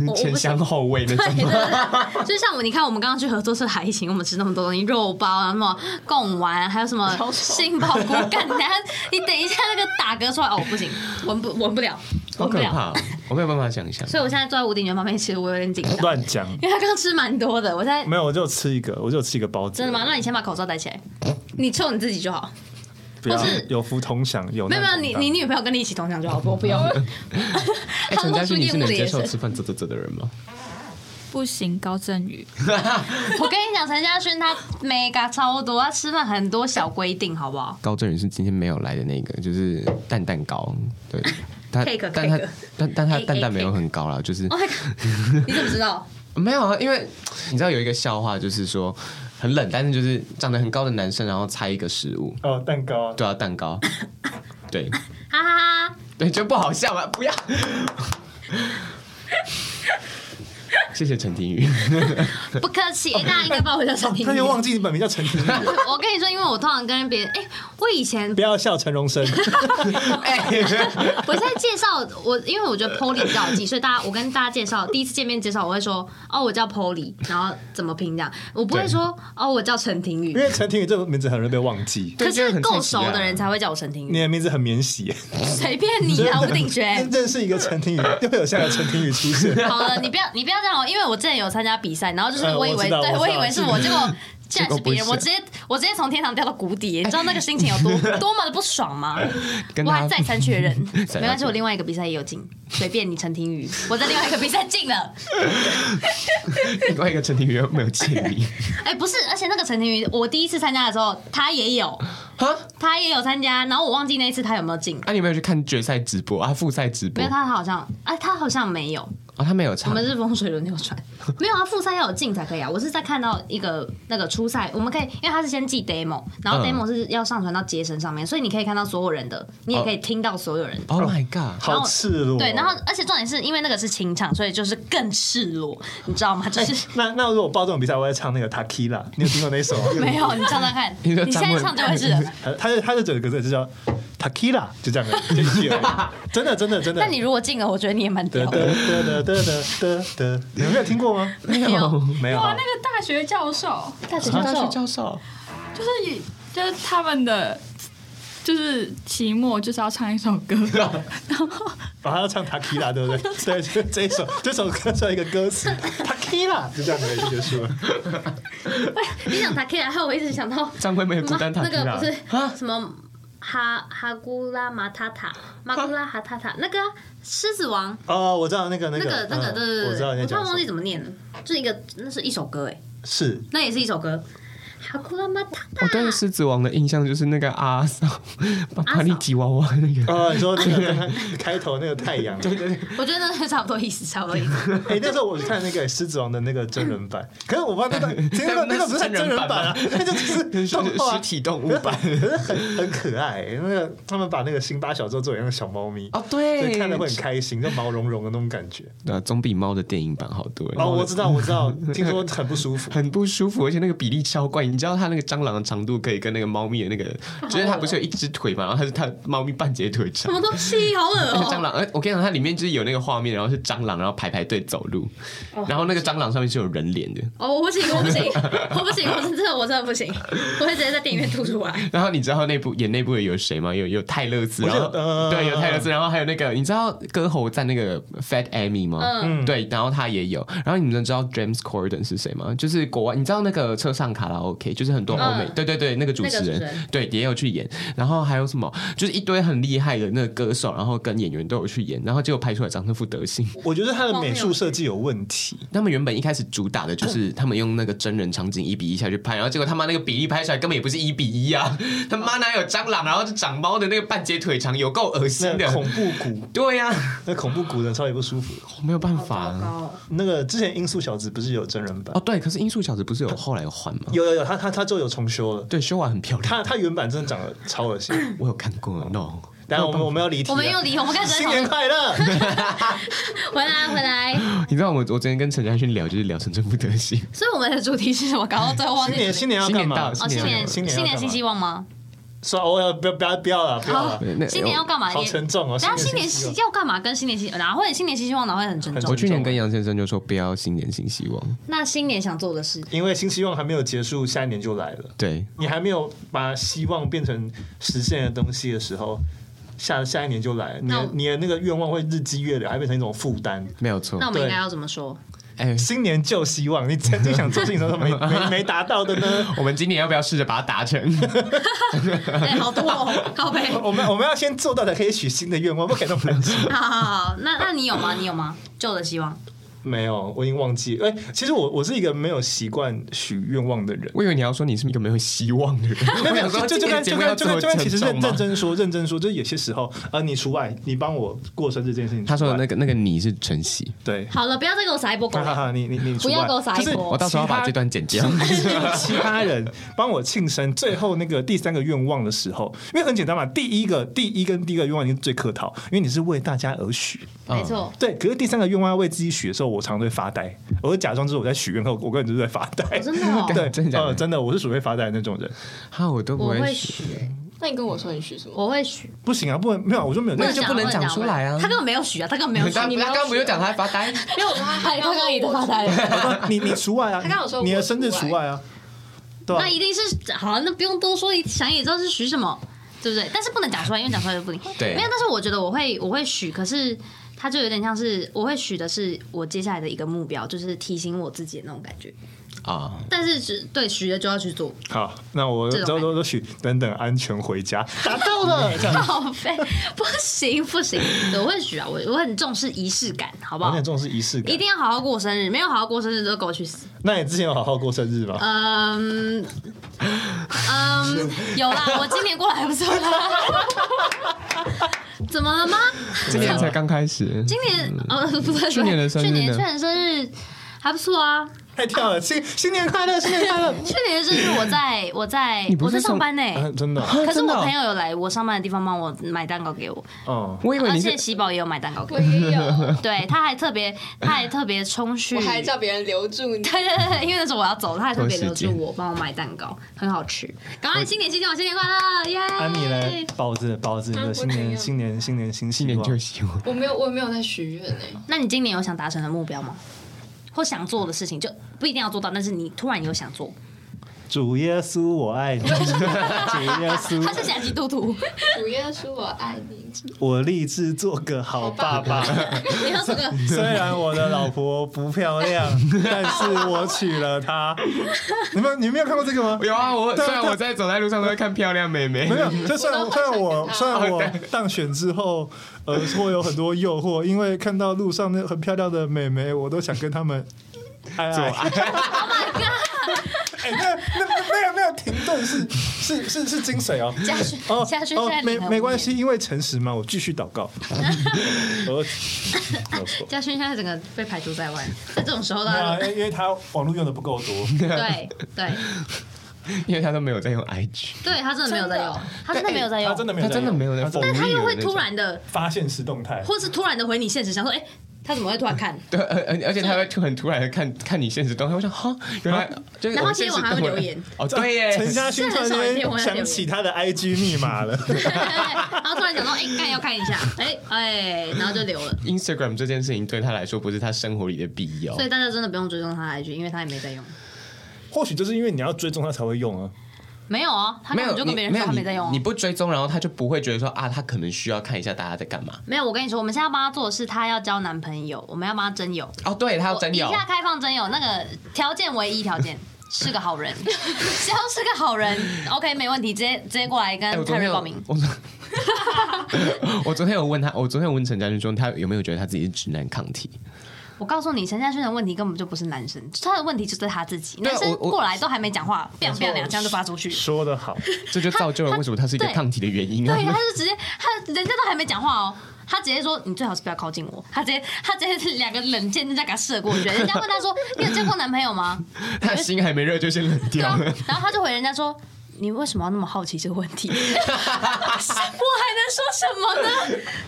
[SPEAKER 3] 我
[SPEAKER 1] 前
[SPEAKER 3] 不
[SPEAKER 1] 香
[SPEAKER 3] 行。
[SPEAKER 1] 后味那
[SPEAKER 3] 对对
[SPEAKER 1] 种。
[SPEAKER 3] 对， 就像我，你看我们刚刚去合作社还行，我们吃那么多东西，肉包，啊然后什么贡丸，还有什么杏鲍菇，干 等一下你等一下那个打嗝出来，哦不行，闻不闻不了，
[SPEAKER 1] 好
[SPEAKER 3] 闻不
[SPEAKER 1] 可
[SPEAKER 3] 了。
[SPEAKER 1] 怕哦，我没有办法想象。
[SPEAKER 3] 所以我现在坐在吴鼎元旁边，其实我有点紧张，
[SPEAKER 4] 乱讲，
[SPEAKER 3] 因为他刚吃蛮多的，我现在
[SPEAKER 4] 没有，我就吃一个，我就吃一个包子。
[SPEAKER 3] 真的吗？那你先把口罩戴起来，你臭你自己就好。
[SPEAKER 4] 不要
[SPEAKER 3] 或是
[SPEAKER 4] 有福同享，有
[SPEAKER 3] 没
[SPEAKER 4] 难
[SPEAKER 3] 有没有，
[SPEAKER 4] 同当
[SPEAKER 3] 你你女朋友跟你一起同享就好，我不 用。
[SPEAKER 1] 哎，陈嘉欣，你是能接受吃饭啧啧啧的人吗？
[SPEAKER 2] 不行，高振宇，
[SPEAKER 3] 我跟你讲，陈嘉轩他 mega 超多，他吃饭很多小规定，好不好？
[SPEAKER 1] 高振宇是今天没有来的那个，就是蛋蛋糕，对。 他
[SPEAKER 3] Cake，
[SPEAKER 1] 但他
[SPEAKER 3] cake
[SPEAKER 1] 但但他
[SPEAKER 3] A- A
[SPEAKER 1] 蛋蛋没有
[SPEAKER 3] cake
[SPEAKER 1] 很高啦，就是
[SPEAKER 3] Oh my god！你怎么知道？
[SPEAKER 1] 没有啊，因为你知道有一个笑话，就是说很冷，但是就是长得很高的男生，然后猜一个食物，
[SPEAKER 4] 哦，蛋糕啊，
[SPEAKER 1] 对啊，蛋 糕，对
[SPEAKER 3] 哈哈哈！
[SPEAKER 1] 对，就不好笑嘛，不要。 谢谢陈廷宇，
[SPEAKER 3] 不客气，哎大家应该把我叫陈婷。
[SPEAKER 4] 他又忘记你本名叫陈婷宇了，
[SPEAKER 3] 我跟你说，因为我通常跟别人，哎、我以前
[SPEAKER 4] 不要笑陈荣生。
[SPEAKER 3] 我现在介绍我，因为我觉得 Polly 比较好记，所以大家我跟大家介绍第一次见面介绍，我会说哦，我叫 Polly，然后怎么拼这样，我不会
[SPEAKER 1] 对
[SPEAKER 3] 说哦，我叫陈婷
[SPEAKER 4] 因
[SPEAKER 3] 宇。
[SPEAKER 4] 为陈婷宇这个名字很容易被忘记，
[SPEAKER 3] 可
[SPEAKER 1] 对这个
[SPEAKER 3] 是
[SPEAKER 1] 很
[SPEAKER 3] 够
[SPEAKER 1] 神奇
[SPEAKER 3] 熟
[SPEAKER 1] 啊
[SPEAKER 3] 的人才会叫我陈婷
[SPEAKER 4] 你
[SPEAKER 3] 宇，
[SPEAKER 4] 的名字很免洗。
[SPEAKER 3] 随便你啊，吴 鼎轩。
[SPEAKER 4] 认识一个陈婷宇，就会有下一个陈婷宇出 现。
[SPEAKER 3] 好了，你不要你不要这样哦，因为我之前有参加比赛，然后就是
[SPEAKER 4] 嗯
[SPEAKER 3] 以
[SPEAKER 4] 我
[SPEAKER 3] 为、
[SPEAKER 4] 知道
[SPEAKER 3] 对
[SPEAKER 4] 我
[SPEAKER 3] 我
[SPEAKER 4] 知
[SPEAKER 3] 以
[SPEAKER 4] 道
[SPEAKER 3] 为是我，结果竟
[SPEAKER 1] 结
[SPEAKER 3] 然
[SPEAKER 1] 果
[SPEAKER 3] 是别人，
[SPEAKER 1] 不是
[SPEAKER 3] 我直接我直接从天堂掉到谷底，你知道那个心情有多多么的不爽吗？
[SPEAKER 1] 跟
[SPEAKER 3] 我
[SPEAKER 1] 他
[SPEAKER 3] 还再三确认，
[SPEAKER 1] 再
[SPEAKER 3] 没关系，
[SPEAKER 1] 三
[SPEAKER 3] 我另外一个比赛也有进，随便你陈庭宇，我在另外一个比赛进了。
[SPEAKER 1] 另外一个陈廷宇又没有见 你
[SPEAKER 3] 哎、不是，而且那个陈庭宇，我第一次参加的时候，他也有，
[SPEAKER 1] 啊？
[SPEAKER 3] 他也有参加，然后我忘记那一次他有没有进，
[SPEAKER 1] 啊，你有没有去看决赛直播啊？复赛直播
[SPEAKER 3] 没有，他好像，哎、他好像没有，
[SPEAKER 1] 啊？他没有
[SPEAKER 3] 我
[SPEAKER 1] 唱
[SPEAKER 3] 们是风水轮流转，没有啊，复赛要有进才可以啊。我是在看到一个那个初赛，我们可以，因为他是先寄 demo，然后
[SPEAKER 1] 嗯
[SPEAKER 3] demo 是要上传到街神上面，所以你可以看到所有人的，你也可以听到所有人的。
[SPEAKER 1] ，Oh my god！
[SPEAKER 4] 好赤裸。
[SPEAKER 3] 对，然后而且重点是因为那个是清唱，所以就是更赤裸，你知道吗？就是
[SPEAKER 4] 那那如果报这种比赛，我会唱那个 Takila，你有听过那一首吗？
[SPEAKER 3] 没哎有，你唱唱看，
[SPEAKER 1] 你说
[SPEAKER 3] 你现
[SPEAKER 1] 张
[SPEAKER 3] 在
[SPEAKER 1] 文
[SPEAKER 3] 唱就会是 了。
[SPEAKER 4] 他他就他就整个歌就叫 Takila，就这样的，就一句而 已真的真的真的。
[SPEAKER 3] 那你如果进了，我觉得你也蛮屌
[SPEAKER 4] 得
[SPEAKER 3] 的。
[SPEAKER 4] 得得得得得得，你们没有听过吗？
[SPEAKER 1] 没
[SPEAKER 3] 没有
[SPEAKER 4] 没有。
[SPEAKER 2] 哇，那个大学教授，
[SPEAKER 3] 大学
[SPEAKER 1] 大学
[SPEAKER 3] 教授，
[SPEAKER 1] 教授，
[SPEAKER 2] 就是也就是他们的，就是期末就是要唱一首歌， 然后
[SPEAKER 4] 然哦后他要唱 Takila，对 不对？对，就这一首这首歌叫一个歌词 Takila，就这样的结束了。
[SPEAKER 3] 你想 t a k 然后我一直想到
[SPEAKER 1] 张惠妹孤单塔
[SPEAKER 3] 那
[SPEAKER 1] 提
[SPEAKER 3] 个
[SPEAKER 4] 啊
[SPEAKER 1] 拉
[SPEAKER 3] 不是什么哈哈古拉马塔塔马古拉哈塔塔那个啊狮子王
[SPEAKER 4] 哦，我知道那个那
[SPEAKER 3] 那个
[SPEAKER 4] 个
[SPEAKER 3] 那个
[SPEAKER 4] 嗯
[SPEAKER 3] 对对对，
[SPEAKER 4] 我知道你在
[SPEAKER 3] 突
[SPEAKER 4] 讲
[SPEAKER 3] 然
[SPEAKER 4] 什
[SPEAKER 3] 忘记
[SPEAKER 4] 么。
[SPEAKER 3] 怎么念了，就一个那是一首歌哎，
[SPEAKER 4] 是
[SPEAKER 3] 那也是一首歌。好哭了吗？
[SPEAKER 1] 我哦对狮子王的印象就是那个阿嫂，把
[SPEAKER 3] 阿嫂
[SPEAKER 1] 把力吉娃娃那个。
[SPEAKER 4] 哦，你说那个 开头那个太阳，对对对。
[SPEAKER 3] 我觉得那是差不多意思，差不多 意思。
[SPEAKER 4] 哎，那时候我看那个《狮子王》的那个真人 版，可是我发现那个其实那个那个不是真人版啊， 那就只是
[SPEAKER 1] 是
[SPEAKER 4] 动画
[SPEAKER 1] 实体动物
[SPEAKER 4] 可是
[SPEAKER 1] 版
[SPEAKER 4] 很可是很很可爱、那个他们把那个辛巴小时候做成那个小猫咪，
[SPEAKER 1] 哦，对
[SPEAKER 4] 所以看了会很开心，就毛茸茸的那种感 觉。
[SPEAKER 1] 呃，总比猫的电影版好多了。欸
[SPEAKER 4] 哦，我知道，我知道，听说很不 舒服。
[SPEAKER 1] 很不舒服，而且那个比例超怪。你知道它那个蟑螂的长度可以跟那个猫咪的 那个，
[SPEAKER 4] 哦
[SPEAKER 1] 就是它不是有一只腿嘛，然后它是它猫咪半截腿
[SPEAKER 3] 什
[SPEAKER 1] 长。
[SPEAKER 3] 么东西，好恶
[SPEAKER 1] 而且蟑
[SPEAKER 3] 哦、
[SPEAKER 1] 螂，呃我跟你讲，它里面就是有那个画面，然后是蟑螂，然后排排队走路，
[SPEAKER 4] 哦
[SPEAKER 1] 然后那个蟑螂上面是有人脸的，
[SPEAKER 3] 哦，我不行，我不行，我不行，我真的我真的不行，我会直接在电影院吐 出来。
[SPEAKER 1] 然后你知道那部演那部的有谁吗？有有泰勒斯，
[SPEAKER 4] 我
[SPEAKER 1] 然
[SPEAKER 4] 记得
[SPEAKER 1] 后、
[SPEAKER 4] 呃
[SPEAKER 1] 对，有泰勒斯，然后还有那个你知道歌喉在那个 Fat Amy 吗？
[SPEAKER 3] 嗯
[SPEAKER 4] 嗯
[SPEAKER 1] 对，然后他也有。然后你们知道 James Corden 是谁吗？就是国外，你知道那个车上卡拉 OK，就是很多欧美，
[SPEAKER 3] 嗯
[SPEAKER 1] 对对对，那个主持
[SPEAKER 3] 那个
[SPEAKER 1] 人，
[SPEAKER 3] 主持人
[SPEAKER 1] 对也有去演。然后还有什么，就是一堆很厉害的那个歌手，然后跟演员都有去演，然后结果拍出来长那副德行。
[SPEAKER 4] 我觉得他的美术设计有问题，
[SPEAKER 1] 他们原本一开始主打的就是他们用那个真人场景一比一下去拍，然后结果他妈那个比例拍出来根本也不是一比一啊！ 他妈哪有蟑螂，然后就长猫的那个半截腿长，有够恶
[SPEAKER 4] 那
[SPEAKER 1] 心
[SPEAKER 4] 个
[SPEAKER 1] 的。
[SPEAKER 4] 恐怖 谷，
[SPEAKER 1] 对呀、
[SPEAKER 4] 那恐怖谷的超级不舒服。
[SPEAKER 1] 我哦没有办法、
[SPEAKER 3] 糕，
[SPEAKER 4] 那个之前《音速小子》不是有真人版
[SPEAKER 1] 哦，？对，可是《音速小子》不是有后来有换吗？
[SPEAKER 4] 有有有，他他他就有重修了。
[SPEAKER 1] 对，修完很漂亮，
[SPEAKER 4] 他他原版真的长得超恶 心。
[SPEAKER 1] 我有看过。No，
[SPEAKER 4] 然后我们我们要离题了，
[SPEAKER 3] 我们又离，我们开始在
[SPEAKER 4] 新
[SPEAKER 3] 讨
[SPEAKER 4] 年快
[SPEAKER 3] 论。
[SPEAKER 4] 乐。
[SPEAKER 3] 回来，回来。
[SPEAKER 1] 你知道我我昨天跟陈嘉轩聊，就是聊成这副德行。
[SPEAKER 3] 所以我们的主题是什么？搞到最后忘
[SPEAKER 4] 新
[SPEAKER 3] 记
[SPEAKER 4] 年
[SPEAKER 3] 主题。
[SPEAKER 4] 新年要干嘛？
[SPEAKER 1] 新
[SPEAKER 3] 哦，新年
[SPEAKER 4] 新年要干
[SPEAKER 3] 新
[SPEAKER 4] 嘛
[SPEAKER 3] 年新希望吗？
[SPEAKER 4] 算了，我要不要不要不要了，不要了，
[SPEAKER 1] 对那
[SPEAKER 3] 新年要干嘛？
[SPEAKER 4] 好沉重哦。
[SPEAKER 3] 然后新年
[SPEAKER 4] 希
[SPEAKER 3] 新
[SPEAKER 4] 望
[SPEAKER 3] 要干嘛？跟新年新哪会新年新希望哪会很沉
[SPEAKER 4] 很
[SPEAKER 1] 我
[SPEAKER 3] 重？
[SPEAKER 1] 去年跟杨先生就说不要新年新希望，
[SPEAKER 3] 那新年想做的事，
[SPEAKER 4] 因为新希望还没有结束，下一年就来了。
[SPEAKER 1] 对，
[SPEAKER 4] 你还没有把希望变成实现的东西的时候，下下一年就来了，你
[SPEAKER 3] 那
[SPEAKER 4] 的
[SPEAKER 3] 我
[SPEAKER 4] 你的那个愿望会日积月累，还变成一种负担。
[SPEAKER 1] 没有错
[SPEAKER 3] 那。我们应该
[SPEAKER 4] 对
[SPEAKER 3] 要怎么说？
[SPEAKER 1] 哎，
[SPEAKER 4] 新年旧希望，你曾经想做事情的时候没没没达到的呢？
[SPEAKER 1] 我们今年要不要试着把它达成？
[SPEAKER 3] 哎，好多哦，靠背。
[SPEAKER 4] 我们我们要先做到才可以许新的愿望，不可以 那么贪心。
[SPEAKER 3] 好好好，那那你有吗？你有吗？旧的希望，
[SPEAKER 4] 没有，我已经忘记了。哎、其实我我是一个没有习惯许愿望的人。
[SPEAKER 1] 我以为你要说你是一个没有希望的人，我
[SPEAKER 4] 没
[SPEAKER 1] 想
[SPEAKER 4] 有，
[SPEAKER 1] 说
[SPEAKER 4] 就就
[SPEAKER 1] 今
[SPEAKER 4] 跟
[SPEAKER 1] 年
[SPEAKER 4] 就
[SPEAKER 1] 节目
[SPEAKER 4] 跟
[SPEAKER 1] 要
[SPEAKER 4] 就
[SPEAKER 1] 这么
[SPEAKER 4] 跟就跟，其
[SPEAKER 1] 沉
[SPEAKER 4] 实认
[SPEAKER 1] 重
[SPEAKER 4] 认
[SPEAKER 1] 吗？
[SPEAKER 4] 真说，认真说，就是有些时候，呃，你除外，你帮我过生日这件事情除外，
[SPEAKER 1] 他说的那个那个你是晨曦，
[SPEAKER 4] 对，
[SPEAKER 3] 好了，不要再给我撒一波狗
[SPEAKER 4] 哈哈
[SPEAKER 3] 粮。
[SPEAKER 4] 哈，你你你除
[SPEAKER 3] 不要
[SPEAKER 4] 外
[SPEAKER 3] 给我撒一
[SPEAKER 4] 就是
[SPEAKER 3] 泼
[SPEAKER 1] 我到时候要把这段剪掉。
[SPEAKER 4] 哦 其他人帮我庆生，最后那个第三个愿望的时候，因为很简单嘛，第一个第一跟第一个愿望已经最客套，因为你是为大家而许，
[SPEAKER 3] 没错，
[SPEAKER 4] 对。可是第三个愿望要为自己许的时候，我常常会发呆，我会假装就是我在许愿，可我我根本就是在发呆
[SPEAKER 3] 我。真的哦，
[SPEAKER 4] 对，
[SPEAKER 1] 真的假的
[SPEAKER 4] 呃真的，我是属于发呆的那种人，
[SPEAKER 1] 嗯， 哈，我都不
[SPEAKER 3] 我
[SPEAKER 1] 会
[SPEAKER 3] 会
[SPEAKER 1] 许，
[SPEAKER 3] 许，哎
[SPEAKER 2] 那你跟我说你许什么？
[SPEAKER 3] 我会许，
[SPEAKER 4] 不行啊，不能没有，我就没有那
[SPEAKER 1] 那
[SPEAKER 4] 个
[SPEAKER 1] 就不能讲出来啊
[SPEAKER 3] 他根本没有许啊，他根本没有许。
[SPEAKER 1] 他
[SPEAKER 3] 你
[SPEAKER 1] 他刚刚不就讲他发呆？
[SPEAKER 3] 没有？哎， 他刚刚也在发呆了。
[SPEAKER 4] 你你除外啊，
[SPEAKER 2] 他刚有说
[SPEAKER 4] 你你的
[SPEAKER 2] 我
[SPEAKER 4] 生日
[SPEAKER 2] 除
[SPEAKER 4] 除外啊，对吧
[SPEAKER 3] 那？一定是好了，那不用多说，想也知道是许什么，对不对？但是不能讲出来，因为讲出来就不灵。
[SPEAKER 1] 对
[SPEAKER 3] 没有。但是我觉得我会我会许，可是它就有点像是我会许的是我接下来的一个目标，就是提醒我自己的那种感觉。
[SPEAKER 1] 啊，
[SPEAKER 3] 但是只对许了就要去做，
[SPEAKER 4] 好，那我
[SPEAKER 3] 这种
[SPEAKER 4] 都
[SPEAKER 3] 感
[SPEAKER 4] 都都许等等安全回 家，
[SPEAKER 3] 达到了，报废不行不行，对我会许啊，我我很重视仪式感，好不
[SPEAKER 4] 我
[SPEAKER 3] 好
[SPEAKER 4] 很？重视仪式感
[SPEAKER 3] 一。定要好好过生日，没有好好过生日就给我去死。
[SPEAKER 4] 那你之前有好好过生日
[SPEAKER 3] 啊
[SPEAKER 4] 吗？
[SPEAKER 3] 嗯嗯，有啦，我今年过来还不错啦。 怎么了吗？
[SPEAKER 1] 今年才刚开始，
[SPEAKER 3] 今年呃，不对，
[SPEAKER 1] 嗯去年的生日呢
[SPEAKER 3] 去年去年生日还不错啊。
[SPEAKER 4] 太跳了，新新年快乐，新年快 乐！
[SPEAKER 3] 去年的生日我在我在
[SPEAKER 1] 你不
[SPEAKER 3] 我
[SPEAKER 1] 是
[SPEAKER 3] 在
[SPEAKER 1] 从
[SPEAKER 3] 上班呢、
[SPEAKER 4] 啊真的，
[SPEAKER 3] 可是
[SPEAKER 1] 真的
[SPEAKER 3] 我
[SPEAKER 1] 哦
[SPEAKER 3] 朋友有来我上班的地方帮我买蛋糕给我，
[SPEAKER 4] 嗯，
[SPEAKER 1] 我以为
[SPEAKER 3] 而
[SPEAKER 1] 你是
[SPEAKER 3] 且喜宝也有买蛋糕给
[SPEAKER 2] 我也有
[SPEAKER 3] 我，，对，他还特别他还特别冲去，
[SPEAKER 2] 我还叫别人留住你。
[SPEAKER 3] 对对对，对因为那时候我要走，他还特别留
[SPEAKER 1] 拖时
[SPEAKER 3] 住
[SPEAKER 1] 间
[SPEAKER 3] 我，帮我买蛋糕，很好吃。赶快新年新希望，新年快乐，耶！
[SPEAKER 4] 安妮嘞，包子包子，你的新
[SPEAKER 2] 我
[SPEAKER 3] 嗯
[SPEAKER 2] 怎
[SPEAKER 4] 年
[SPEAKER 2] 样
[SPEAKER 4] 新年新年新
[SPEAKER 1] 今
[SPEAKER 4] 希
[SPEAKER 1] 年就
[SPEAKER 4] 望。
[SPEAKER 1] 希望。
[SPEAKER 2] 我没有，我没有在许愿欸呢。
[SPEAKER 3] 那你今年有想达成的目标吗？或想做的事情，就不一定要做到，但是你突然有想做。
[SPEAKER 4] 主耶稣，我 爱你。主耶
[SPEAKER 3] 他是
[SPEAKER 4] 稣，
[SPEAKER 3] 假基督徒，
[SPEAKER 2] 主耶稣，我爱你。
[SPEAKER 4] 我立志做个好爸爸。
[SPEAKER 3] 你 要说个
[SPEAKER 4] 虽然我的老婆不漂 亮，但是我娶了她。你们你没有看过这个吗？
[SPEAKER 1] 有啊，我
[SPEAKER 4] 对
[SPEAKER 1] 虽然我在走在路上都会看漂亮妹妹
[SPEAKER 4] 没，有，就虽然
[SPEAKER 2] 我都很
[SPEAKER 4] 虽然
[SPEAKER 2] 想
[SPEAKER 4] 我
[SPEAKER 2] 看
[SPEAKER 4] 虽然我当选之后，呃，会有很多诱惑，因为看到路上那 很漂亮的美眉，我都想跟她们爱爱。
[SPEAKER 3] Oh my god！
[SPEAKER 4] 哎、那那那那那个停顿是是是是精髓哦。
[SPEAKER 3] 嘉轩
[SPEAKER 4] 哦，
[SPEAKER 3] 嘉轩
[SPEAKER 4] 哦
[SPEAKER 3] 现在
[SPEAKER 4] 没
[SPEAKER 3] 脸很
[SPEAKER 4] 没
[SPEAKER 3] 无
[SPEAKER 4] 关
[SPEAKER 3] 言
[SPEAKER 4] 系，因为诚实嘛，我继续祷 告。我没有错，
[SPEAKER 3] 嘉轩现在整个被排除在外，在这种时候
[SPEAKER 4] 对啊，
[SPEAKER 3] 呢，
[SPEAKER 4] 因为因为他网络用的不够多，
[SPEAKER 3] 对对
[SPEAKER 1] 因为他都没有在用 IG，
[SPEAKER 3] 对，他真的没有在用，他真的没有在
[SPEAKER 4] 哎他
[SPEAKER 3] 用，
[SPEAKER 4] 真的没
[SPEAKER 1] 他
[SPEAKER 4] 有在用，
[SPEAKER 1] 真的没有在
[SPEAKER 4] 他真
[SPEAKER 1] for
[SPEAKER 4] 的
[SPEAKER 1] real 的那种，但
[SPEAKER 3] 他又会突然的，
[SPEAKER 4] 发现实动态。
[SPEAKER 3] 或是突然的回你现实，想说，哎，他怎么会突然看？
[SPEAKER 1] 对，而而而且他会突很突然的看看你现实动态，我想哈，原来就是
[SPEAKER 3] 然后
[SPEAKER 1] 我
[SPEAKER 3] 其实
[SPEAKER 1] 现
[SPEAKER 3] 我
[SPEAKER 1] 实
[SPEAKER 3] 还会
[SPEAKER 1] 动态
[SPEAKER 3] 留言
[SPEAKER 1] 哦，啊 对耶，
[SPEAKER 4] 陈嘉勋突然间想起他的 IG 密码了，
[SPEAKER 3] 然后突然想到，哎，看要看一下，哎哎，然后就留了。
[SPEAKER 1] Instagram 这件事情对他来说不是他生活里的必要
[SPEAKER 3] 所，以大家真的不用追踪他的 IG，因为他也没在用。
[SPEAKER 4] 或许就是因为你要追踪他才会用啊。
[SPEAKER 3] 没有啊，他
[SPEAKER 1] 没
[SPEAKER 3] 根
[SPEAKER 1] 有
[SPEAKER 3] 本就跟
[SPEAKER 1] 你
[SPEAKER 3] 别人
[SPEAKER 1] 没
[SPEAKER 3] 说
[SPEAKER 1] 有
[SPEAKER 3] 他
[SPEAKER 1] 你
[SPEAKER 3] 没在用啊
[SPEAKER 1] 你。不追踪，然后他就不会觉得说啊，他可能需要看一下大家在干嘛。
[SPEAKER 3] 没有，我跟你说，我们现在要帮他做的是，他要交男朋友，我们要帮他真友。
[SPEAKER 1] 哦，对他要真有
[SPEAKER 3] 以，下开放真友，那个条件为一条件。 是个好人，只要是个好人，OK，没问题，直接直接过来
[SPEAKER 1] 哎
[SPEAKER 3] 跟
[SPEAKER 1] 我昨
[SPEAKER 3] 泰
[SPEAKER 1] 天
[SPEAKER 3] 瑞
[SPEAKER 1] 有
[SPEAKER 3] 报名。
[SPEAKER 1] 我昨 我昨天有问他，我昨天有问陈嘉勋说他有没有觉得他自己是直男抗体？
[SPEAKER 3] 我告诉你，陈嘉轩的问题根本就不是男生，他的问题就是他自己。
[SPEAKER 1] 对啊
[SPEAKER 3] 男生
[SPEAKER 1] 我我
[SPEAKER 3] 过来都还没讲话，biang biang 两枪就发出去。
[SPEAKER 4] 说的好，
[SPEAKER 1] 这就造就了为什么他是一个
[SPEAKER 3] 对
[SPEAKER 1] 抗体的原因啊！
[SPEAKER 3] 对，他就直接，他人家都还没讲话哦，他直接说你最好是不要靠近我。他直接，他直接两个冷箭就这样给他射过去。人家问他说你有交过男朋友吗？
[SPEAKER 1] 他的心还没热就先冷
[SPEAKER 3] 对
[SPEAKER 1] 掉
[SPEAKER 3] 啊
[SPEAKER 1] 了。，
[SPEAKER 3] 然后他就回人家说。你为什么要那么好奇这个问题？ 我还能说什么呢？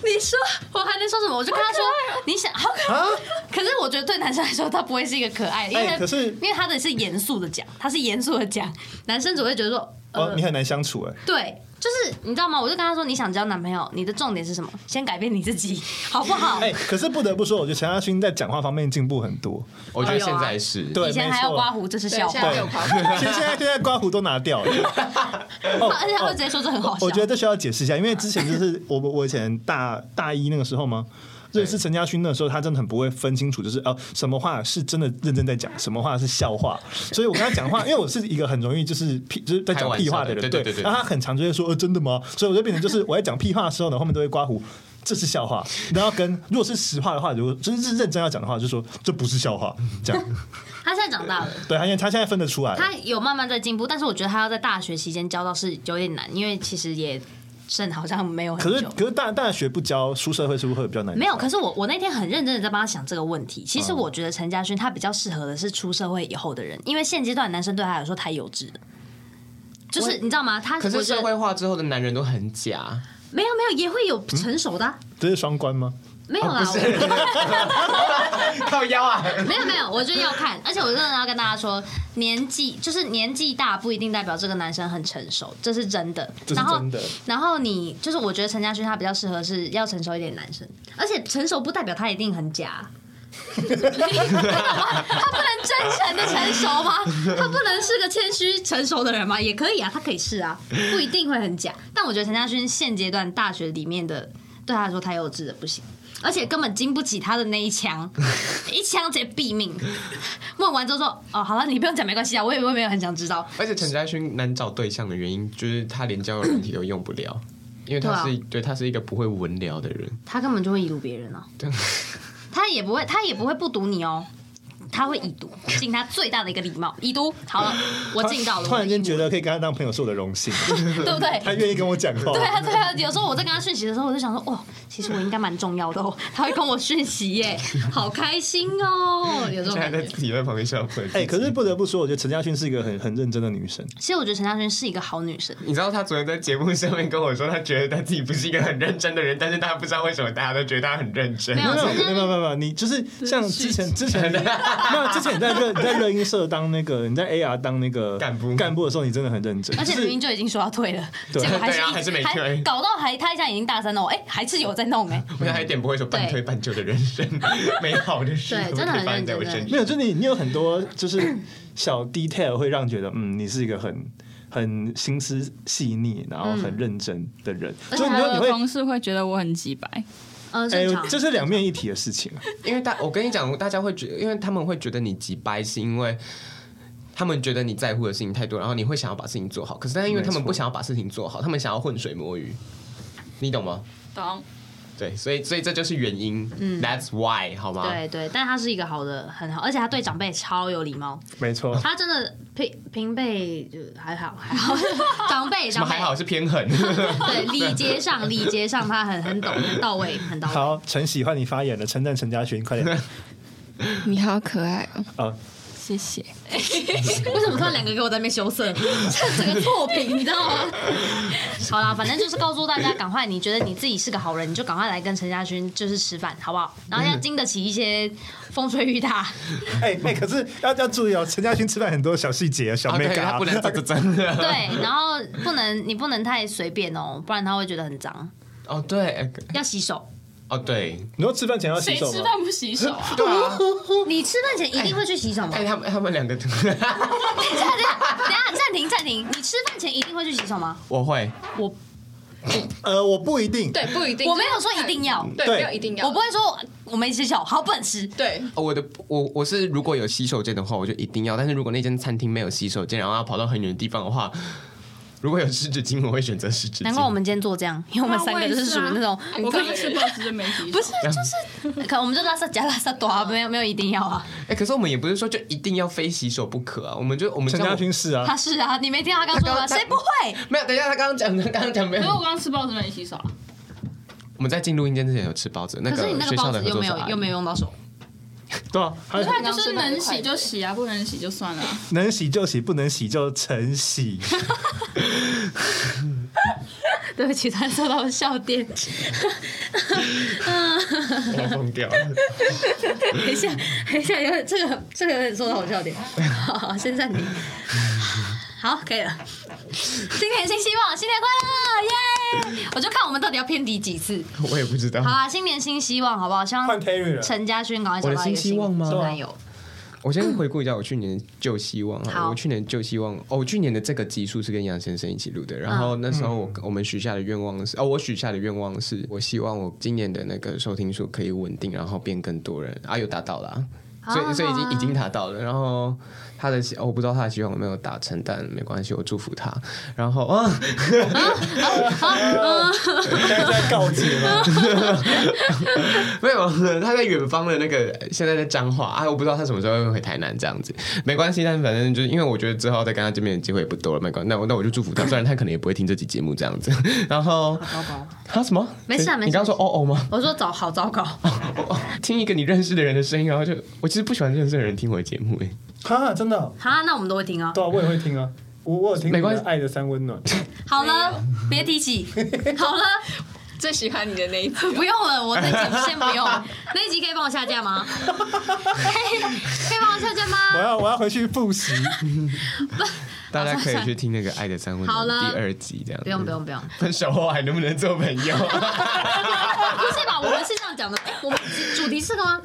[SPEAKER 3] 你说我还能说什么？我就跟他说，
[SPEAKER 4] 哦
[SPEAKER 3] 你想好
[SPEAKER 4] 啊
[SPEAKER 3] 可爱。可是我觉得对男生来说，他不会是一个可爱，因为
[SPEAKER 4] 哎
[SPEAKER 3] 他
[SPEAKER 4] 可是
[SPEAKER 3] 因为他的是严肃的讲，他是严肃的讲，男生只会觉得说，
[SPEAKER 4] 哦，
[SPEAKER 3] 呃
[SPEAKER 4] 你，很难相处哎、
[SPEAKER 3] 对，就是你知道吗？我就跟他说，你想交男朋友，你的重点是什么？先改变你自己，好不好？
[SPEAKER 4] 哎、可是不得不说，我觉得陈嘉勋在讲话方面进步很多。
[SPEAKER 1] 我觉得
[SPEAKER 3] 有啊
[SPEAKER 1] 现在是
[SPEAKER 4] 对，
[SPEAKER 3] 以前
[SPEAKER 4] 没
[SPEAKER 3] 还要
[SPEAKER 4] 错
[SPEAKER 3] 刮胡，这是笑话
[SPEAKER 2] 现。在没有夸张
[SPEAKER 4] 其实现在现在刮胡都拿 掉了。哦
[SPEAKER 3] 而且他会直接说这很好笑。
[SPEAKER 4] 我觉得这需要解释一下，因为之前就是我我我以前大大一那个时候吗？认识陈家勋的时候，他真的很不会分清楚，就是呃，什么话是真的认真在讲，什么话是笑话。所以我跟他讲话，因为我是一个很容易就是屁，就是在讲屁话的
[SPEAKER 1] 开
[SPEAKER 4] 人，
[SPEAKER 1] 玩笑的对对对对
[SPEAKER 4] 然后他很常就会说，呃，真的吗？所以我就变成就是我在讲屁话的时候呢，后面都会刮胡。这是笑话，然后跟如果是实话的话，如果就是认真要讲的话，就说这不是笑话，这样。
[SPEAKER 3] 他现在长大了。
[SPEAKER 4] 对，他现在他现在分得出来了，
[SPEAKER 3] 他有慢慢在进步，但是我觉得他要在大学期间交到是有点难，因为其实也剩好像没有很
[SPEAKER 4] 可是
[SPEAKER 3] 久。
[SPEAKER 4] 可是大大学不教，出社会是不是会比较难？
[SPEAKER 3] 没有，可是我我那天很认真的在帮他想这个问题。其实我觉得陈嘉轩他比较适合的是出社会以后的人，因为现阶段男生对他来说太幼稚了。就是你知道吗？他
[SPEAKER 1] 可
[SPEAKER 3] 我
[SPEAKER 1] 是
[SPEAKER 3] 觉
[SPEAKER 1] 社
[SPEAKER 3] 得
[SPEAKER 1] 会化之后的男人都很假，
[SPEAKER 3] 没有没有也会有成熟的啊、
[SPEAKER 4] 这是双关吗？
[SPEAKER 3] 没有啦，我
[SPEAKER 1] 靠腰啊！
[SPEAKER 3] 没有没有，我觉得要看，而且我真的要跟大家说，年纪就是年纪大不一定代表这个男生很成熟，这是真的。
[SPEAKER 4] 这是
[SPEAKER 3] 然后
[SPEAKER 4] 真的
[SPEAKER 3] 然后你就是我觉得陈嘉轩他比较适合是要成熟一点的男生，而且成熟不代表他一定很假。他不能真诚的成熟吗？他不能是个谦虚成熟的人吗？也可以啊，他可以是啊，不一定会很假。但我觉得陈嘉勋现阶段大学里面的，对他来说太幼稚了，不行，而且根本经不起他的那一枪，一枪直接毙命。问完之后说，哦，好了，你不用讲，没关系啊，我也我也没有很想知道。
[SPEAKER 1] 而且陈嘉勋难找对象的原因，就是他连交友软体都用不了，因为
[SPEAKER 3] 啊
[SPEAKER 1] 他是对他是一个不会文聊的人。
[SPEAKER 3] 他根本就会已读别人哦、
[SPEAKER 1] 对
[SPEAKER 3] 他也不会，他也不会不读你哦、他会已读，尽他最大的一个礼貌。已读 好了，我尽到了。
[SPEAKER 4] 突然间觉
[SPEAKER 3] 得，
[SPEAKER 4] 得可以跟他当朋友是我的荣 幸，
[SPEAKER 3] 对不对？
[SPEAKER 4] 他愿意跟我讲话。
[SPEAKER 3] 对啊，对啊，有时候我在跟他讯息的时候，我就想说，哇，其实我应该蛮重要 的哦，他会跟我讯息耶，好开心哦，有这种
[SPEAKER 1] 现在
[SPEAKER 3] 感
[SPEAKER 1] 在
[SPEAKER 3] 觉。
[SPEAKER 1] 自己在旁边笑喷。
[SPEAKER 4] 哎、可是不得不说，我觉得陈嘉勋是一个很很认真的女生。
[SPEAKER 3] 其实我觉得陈嘉轩是一个好女生，
[SPEAKER 1] 你知道他昨天在节目上面跟我说，他觉得他自己不是一个很认真的人，但是他不知道为什么大家都觉得他很认真
[SPEAKER 3] 没。有
[SPEAKER 4] 没有
[SPEAKER 3] 陈
[SPEAKER 4] 没
[SPEAKER 3] 嘉
[SPEAKER 4] 有没有没有没有，你就是像之前之前，没有之前你在热你在热音社当那个你在 AR 当那个
[SPEAKER 1] 干部
[SPEAKER 4] 干部的时候，你真的很认真。
[SPEAKER 3] 而且
[SPEAKER 4] 就
[SPEAKER 3] 明
[SPEAKER 4] 是
[SPEAKER 3] 明就已经说要退了，
[SPEAKER 4] 对
[SPEAKER 3] 结果还是
[SPEAKER 1] 对啊
[SPEAKER 3] 一直
[SPEAKER 1] 还是没退
[SPEAKER 3] 搞到还他现在已经大三了哦，哎，还是有在弄哎，
[SPEAKER 1] 我 他一点不会说半推半就的人生，美好的事
[SPEAKER 3] 对
[SPEAKER 1] 怎
[SPEAKER 3] 真
[SPEAKER 1] 么
[SPEAKER 3] 的
[SPEAKER 1] 可
[SPEAKER 3] 很
[SPEAKER 1] 以发生在我
[SPEAKER 3] 认真
[SPEAKER 1] 身
[SPEAKER 4] 没
[SPEAKER 1] 上？
[SPEAKER 4] 有，就是你你有很多就是小 detail 会让觉得嗯，你是一个很很心思细腻，然后很认真的人。
[SPEAKER 3] 嗯而且
[SPEAKER 4] 所以你
[SPEAKER 2] 他
[SPEAKER 4] 说你
[SPEAKER 2] 的
[SPEAKER 4] 会
[SPEAKER 2] 同事会觉得我很鸡白，
[SPEAKER 3] 嗯，
[SPEAKER 4] 哎
[SPEAKER 3] 正常，。
[SPEAKER 4] 这是两面一体的事情。啊
[SPEAKER 1] 因为大，我跟你讲，大家会觉得，因为他们会觉得你急掰，是因为他们觉得你在乎的事情太多，然后你会想要把事情做好。可是，但因为他们
[SPEAKER 4] 没错
[SPEAKER 3] 嗯
[SPEAKER 1] 不想要把事情做好，他们想要浑水摸鱼，你懂吗？
[SPEAKER 2] 懂？
[SPEAKER 1] 对，所以所以这就是原因、t h a t s why，好吗？
[SPEAKER 3] 嗯对对，但他是一个好的，很好，而且他对长辈超有礼貌。
[SPEAKER 4] 没错，
[SPEAKER 3] 他真的平平辈就还好还好， 长辈
[SPEAKER 1] 什
[SPEAKER 3] 长
[SPEAKER 1] 么
[SPEAKER 3] 辈
[SPEAKER 1] 还好是偏 狠，
[SPEAKER 3] 对礼节上礼节上他很很懂很到位很到位。
[SPEAKER 4] 好，陈喜欢你发言了，称赞陈家群，快点
[SPEAKER 5] 你好可爱哦，
[SPEAKER 4] 啊！
[SPEAKER 5] 谢谢。
[SPEAKER 3] 为什么突然两个给我在那边羞涩？ 这整个错评，你知道吗？好啦，反正就是告诉大家，赶快你觉得你自己是个好人，你就赶快来跟陈家勋就是吃饭，好不好？然后要经得起一些风吹 雨打。
[SPEAKER 4] 哎、哎、可是要要注意哦，陈家群吃饭很多小细节，小
[SPEAKER 1] 啊
[SPEAKER 4] 美
[SPEAKER 1] 对
[SPEAKER 4] 感、
[SPEAKER 1] 他不能这个真 的。
[SPEAKER 3] 对，然后不能你不能太随便哦，不然他会觉得很脏。
[SPEAKER 1] 哦对，
[SPEAKER 3] 要洗手，
[SPEAKER 1] 哦对，
[SPEAKER 4] 你说吃饭前要洗
[SPEAKER 2] 谁
[SPEAKER 4] 手
[SPEAKER 2] 吃
[SPEAKER 4] 吗？
[SPEAKER 2] 饭不洗手啊？
[SPEAKER 1] 对啊，
[SPEAKER 3] 你吃饭前一定会去洗手吗？
[SPEAKER 1] 哎
[SPEAKER 3] 等
[SPEAKER 1] 他们他们两个，
[SPEAKER 3] 一 下，等一下，等一下，暂停，暂停。你吃饭前一定会去洗手吗？
[SPEAKER 1] 我会，
[SPEAKER 3] 我
[SPEAKER 4] 呃，我不一定，
[SPEAKER 2] 对，不一定。
[SPEAKER 3] 我没有说一定要，
[SPEAKER 2] 对，
[SPEAKER 4] 对
[SPEAKER 2] 没有一定要。
[SPEAKER 3] 我不会说我没洗手，好本事。
[SPEAKER 2] 对，
[SPEAKER 1] 哦我的我我是如果有洗手间的话，我就一定要。但是如果那间餐厅没有洗手间，然后要跑到很远的地方的话，如果有湿纸巾，我会选择湿纸巾。
[SPEAKER 3] 难怪我们今天做这样，因为我们三个就是啊属于那种，
[SPEAKER 2] 啊我
[SPEAKER 3] 可
[SPEAKER 2] 刚刚吃饭时就没洗手，
[SPEAKER 3] 不是就是，可我们就拉萨加拉萨多啊，没有没有一定要啊。
[SPEAKER 1] 哎、可是我们也不是说就一定要非洗手不可啊，我们就我们
[SPEAKER 4] 陈
[SPEAKER 1] 像我
[SPEAKER 4] 家群是啊，
[SPEAKER 3] 他是啊，你没听他刚说吗？
[SPEAKER 1] 他刚
[SPEAKER 3] 谁不会？
[SPEAKER 1] 没有，等一下，他刚刚讲，他刚刚讲没
[SPEAKER 2] 可是我
[SPEAKER 1] 有。
[SPEAKER 2] 刚刚吃包子没洗手啊。
[SPEAKER 1] 我们在进录音间之前有吃包子，那
[SPEAKER 3] 可是你那个
[SPEAKER 1] 学
[SPEAKER 3] 包
[SPEAKER 1] 校的合
[SPEAKER 3] 子又
[SPEAKER 1] 作
[SPEAKER 3] 没
[SPEAKER 1] 社
[SPEAKER 3] 有
[SPEAKER 1] 阿姨
[SPEAKER 3] 又没有用到手，
[SPEAKER 4] 对啊，还
[SPEAKER 2] 不是啊，
[SPEAKER 5] 刚
[SPEAKER 2] 就是
[SPEAKER 5] 吃到一
[SPEAKER 2] 能
[SPEAKER 5] 块
[SPEAKER 2] 洗就洗啊，不能洗就算了。
[SPEAKER 4] 能洗就洗，不能洗就晨洗。
[SPEAKER 3] 对不起，他受到笑点。
[SPEAKER 1] 我疯掉了。
[SPEAKER 3] 等一下，等一下，有点这个这个有点说的好笑点。好，好先暂停。好，可以了。新年新希望，新年快乐，耶！我就看我们到底要偏离几次。
[SPEAKER 1] 我也不知道
[SPEAKER 3] 好。啊啦，新年新希望，好不好？希望
[SPEAKER 4] 换 Terry 了
[SPEAKER 3] 陈家轩赶快找
[SPEAKER 1] 我
[SPEAKER 3] 到
[SPEAKER 1] 的
[SPEAKER 3] 一个
[SPEAKER 1] 新希望吗
[SPEAKER 3] 新男友。
[SPEAKER 1] 我先回顾一下我去年旧希望啊，
[SPEAKER 3] 好
[SPEAKER 1] 我去年旧希望哦，我去年的这个集数是跟杨先生一起录的。然后那时候我我们许下的愿望是哦，我许下的愿望是我希望我今年的那个收听数可以稳定，然后变更多人啊，有达到啦。所以，所以已经已经达到了。然后他的希、哦我不知道他的希望有没有达成，但没关系，我祝福他。然后 啊，
[SPEAKER 4] 现在在告解吗？
[SPEAKER 1] 没有，他在远方的那个，现在在彰化啊，我不知道他什么时候会回台南这样子，没关系，但反正就是因为我觉得之后再跟他见面的机会也不多了，没关系，那我那我就祝福 他，虽然他可能也不会听这期节目这样子。然后
[SPEAKER 3] 糟糕，
[SPEAKER 1] 他什么？
[SPEAKER 3] 没事啊
[SPEAKER 1] 谁
[SPEAKER 3] 没事
[SPEAKER 1] 你刚刚说哦哦吗？
[SPEAKER 3] 我说糟，好糟糕。
[SPEAKER 1] 哦听一个你认识的人的声音，然后就我其实不喜欢认识的人听我的节目，哎，
[SPEAKER 4] 哈，真的哦、
[SPEAKER 3] 好，那我们都会听啊。
[SPEAKER 4] 对啊，我也会听啊。我我有听你
[SPEAKER 1] 没
[SPEAKER 4] 的
[SPEAKER 1] 关系
[SPEAKER 4] 《爱的三温暖》，
[SPEAKER 3] 好了，别提起。好了，
[SPEAKER 2] 最喜欢你的那一次，
[SPEAKER 3] 不用了，我那集先不 用。那一集可以帮我下架吗？ 可以可以帮我下架
[SPEAKER 4] 我
[SPEAKER 3] 吗？
[SPEAKER 4] 要我要回去复习。
[SPEAKER 1] 大家可以去听那个《爱的三温
[SPEAKER 3] 好
[SPEAKER 1] 暖》
[SPEAKER 3] 了
[SPEAKER 1] 第二集这样子。
[SPEAKER 3] 不用不，用不用，
[SPEAKER 1] 分手后还能不能做朋友？
[SPEAKER 3] 不是吧？我们是这样讲的，哎我们主题是这个吗？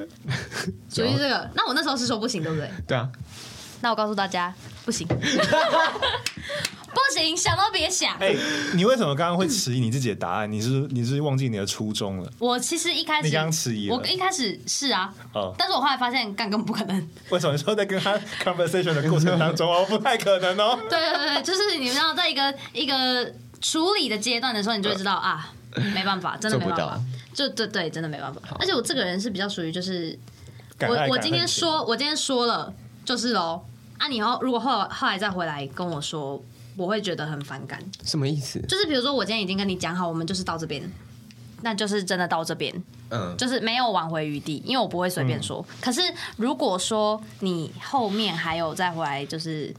[SPEAKER 3] 主题是这个，那我那时候是说不行，对不对？
[SPEAKER 1] 对啊，
[SPEAKER 3] 那我告诉大家， 不行，不行，想都别想。
[SPEAKER 4] 哎、你为什么刚刚会迟疑你自己的答案？你是你是忘记你的初衷了？
[SPEAKER 3] 我其实一开始
[SPEAKER 4] 你刚刚迟疑了
[SPEAKER 3] 我一开始是啊，
[SPEAKER 4] 哦
[SPEAKER 3] 但是我后来发现干更不可能。
[SPEAKER 4] 为什么说在跟他 conversation 的过程当 中哦，不太可能哦？
[SPEAKER 3] 对对对，就是你知道，在一个一个处理的阶段的时候，你就会知道啊，没办法，真的没办
[SPEAKER 1] 做不
[SPEAKER 3] 法
[SPEAKER 1] 到，
[SPEAKER 3] 就对对，真的没办法。而且我这个人是比较属于就是，
[SPEAKER 4] 敢爱
[SPEAKER 3] 我我
[SPEAKER 4] 敢
[SPEAKER 3] 今天
[SPEAKER 4] 恨型
[SPEAKER 3] 说，我今天说了就是喽。啊，你后如果后后来再回来跟我说，我会觉得很反感。
[SPEAKER 1] 什么意思？
[SPEAKER 3] 就是比如说，我今天已经跟你讲好，我们就是到这边，那就是真的到这边。
[SPEAKER 1] 嗯，
[SPEAKER 3] 就是没有挽回余地，因为我不会随便说。可是如果说你后面还有再回来，就是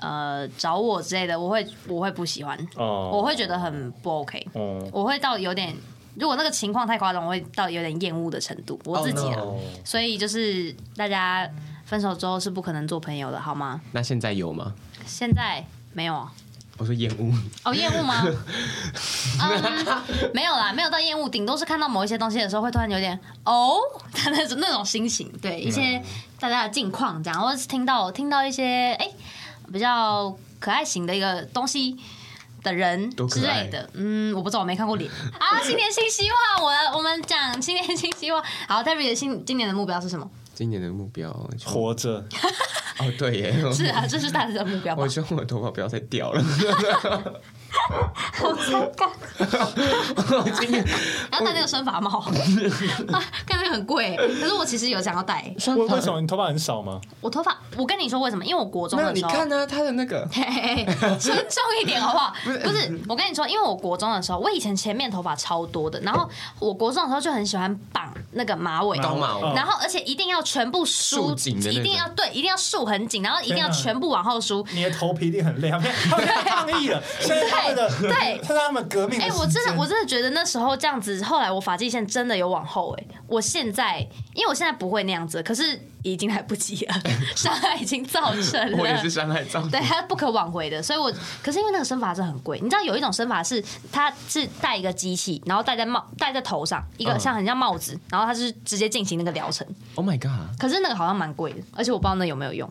[SPEAKER 3] 呃找我之类的，我会我会不喜欢，
[SPEAKER 4] 哦
[SPEAKER 3] 我会觉得很不 OK，
[SPEAKER 4] 哦，
[SPEAKER 3] 我会到有点，如果那个情况太夸张，我会到有点厌恶的程度，我自己
[SPEAKER 4] 哦
[SPEAKER 3] 啊。
[SPEAKER 1] Oh no
[SPEAKER 3] 所以就是大家分手之后是不可能做朋友的，好吗？
[SPEAKER 1] 那现在有吗？
[SPEAKER 3] 现在没有啊。
[SPEAKER 1] 我说烟雾。
[SPEAKER 3] 哦，厌 恶吗？嗯，没有啦，没有到厌恶，顶多是看到某一些东西的时候，会突然有点哦， 他那种那种心情，对
[SPEAKER 1] 嗯
[SPEAKER 3] 一些大家的近况这样，或者是听到听到一些哎、比较可爱型的一个东西。的人
[SPEAKER 1] 多可
[SPEAKER 3] 之
[SPEAKER 1] 爱
[SPEAKER 3] 类的，嗯，我不知道，我没看过脸。 啊，新年新希望，我我们讲新年新希望。好，Terry 的新今年的目标是 什么？
[SPEAKER 1] 今年的目 标就
[SPEAKER 4] 活着，
[SPEAKER 1] 哦，对耶，
[SPEAKER 3] 是啊，这是大家的目标吧
[SPEAKER 1] 我。希望我的头发不要再掉了。
[SPEAKER 3] 好尴尬。然后戴那个生 发帽， 啊，感觉很贵。可是我其实有想要戴。
[SPEAKER 4] 为为什么你头发很少吗？
[SPEAKER 3] 我头发，我跟你说为什么？因为我国中
[SPEAKER 1] 没有，
[SPEAKER 3] 的
[SPEAKER 1] 你
[SPEAKER 3] 时候，
[SPEAKER 1] 看呢、他的那 个
[SPEAKER 3] 嘿嘿嘿尊重一点好不好？不是，我跟你说，因为我国中的时候，我以前前面头发超多的，然后我国中的时候就很喜欢绑那个马尾，
[SPEAKER 1] 高毛
[SPEAKER 4] 嗯
[SPEAKER 3] 然后而且一定要全部梳
[SPEAKER 1] 束紧的那
[SPEAKER 3] 一
[SPEAKER 1] 种
[SPEAKER 3] 定要对，一定要束很紧，然后一定要
[SPEAKER 4] 天啊
[SPEAKER 3] 全部往后梳。
[SPEAKER 4] 你的头皮一定很 累，他们他们在抗议了，现在他们的
[SPEAKER 3] 对对
[SPEAKER 4] 现在他们革命。
[SPEAKER 3] 哎、我真的，我真的觉得那时候这样子，后来我发际线真的有往后哎、我现在，因为我现在不会那样子，可是已经来不及了，伤害已经造成了。
[SPEAKER 1] 我也是伤害造
[SPEAKER 3] 啊对，
[SPEAKER 1] 成。
[SPEAKER 3] 它不可挽回的，所以我可是因为那个生发是很贵，你知道有一种生发是它是戴一个机器，然后戴在帽戴在头上，一个
[SPEAKER 1] 嗯
[SPEAKER 3] 像很像帽子，然后它是直接进行那个疗程，
[SPEAKER 1] Oh my god，
[SPEAKER 3] 可是那个好像蛮贵的，而且我不知道那有没有用，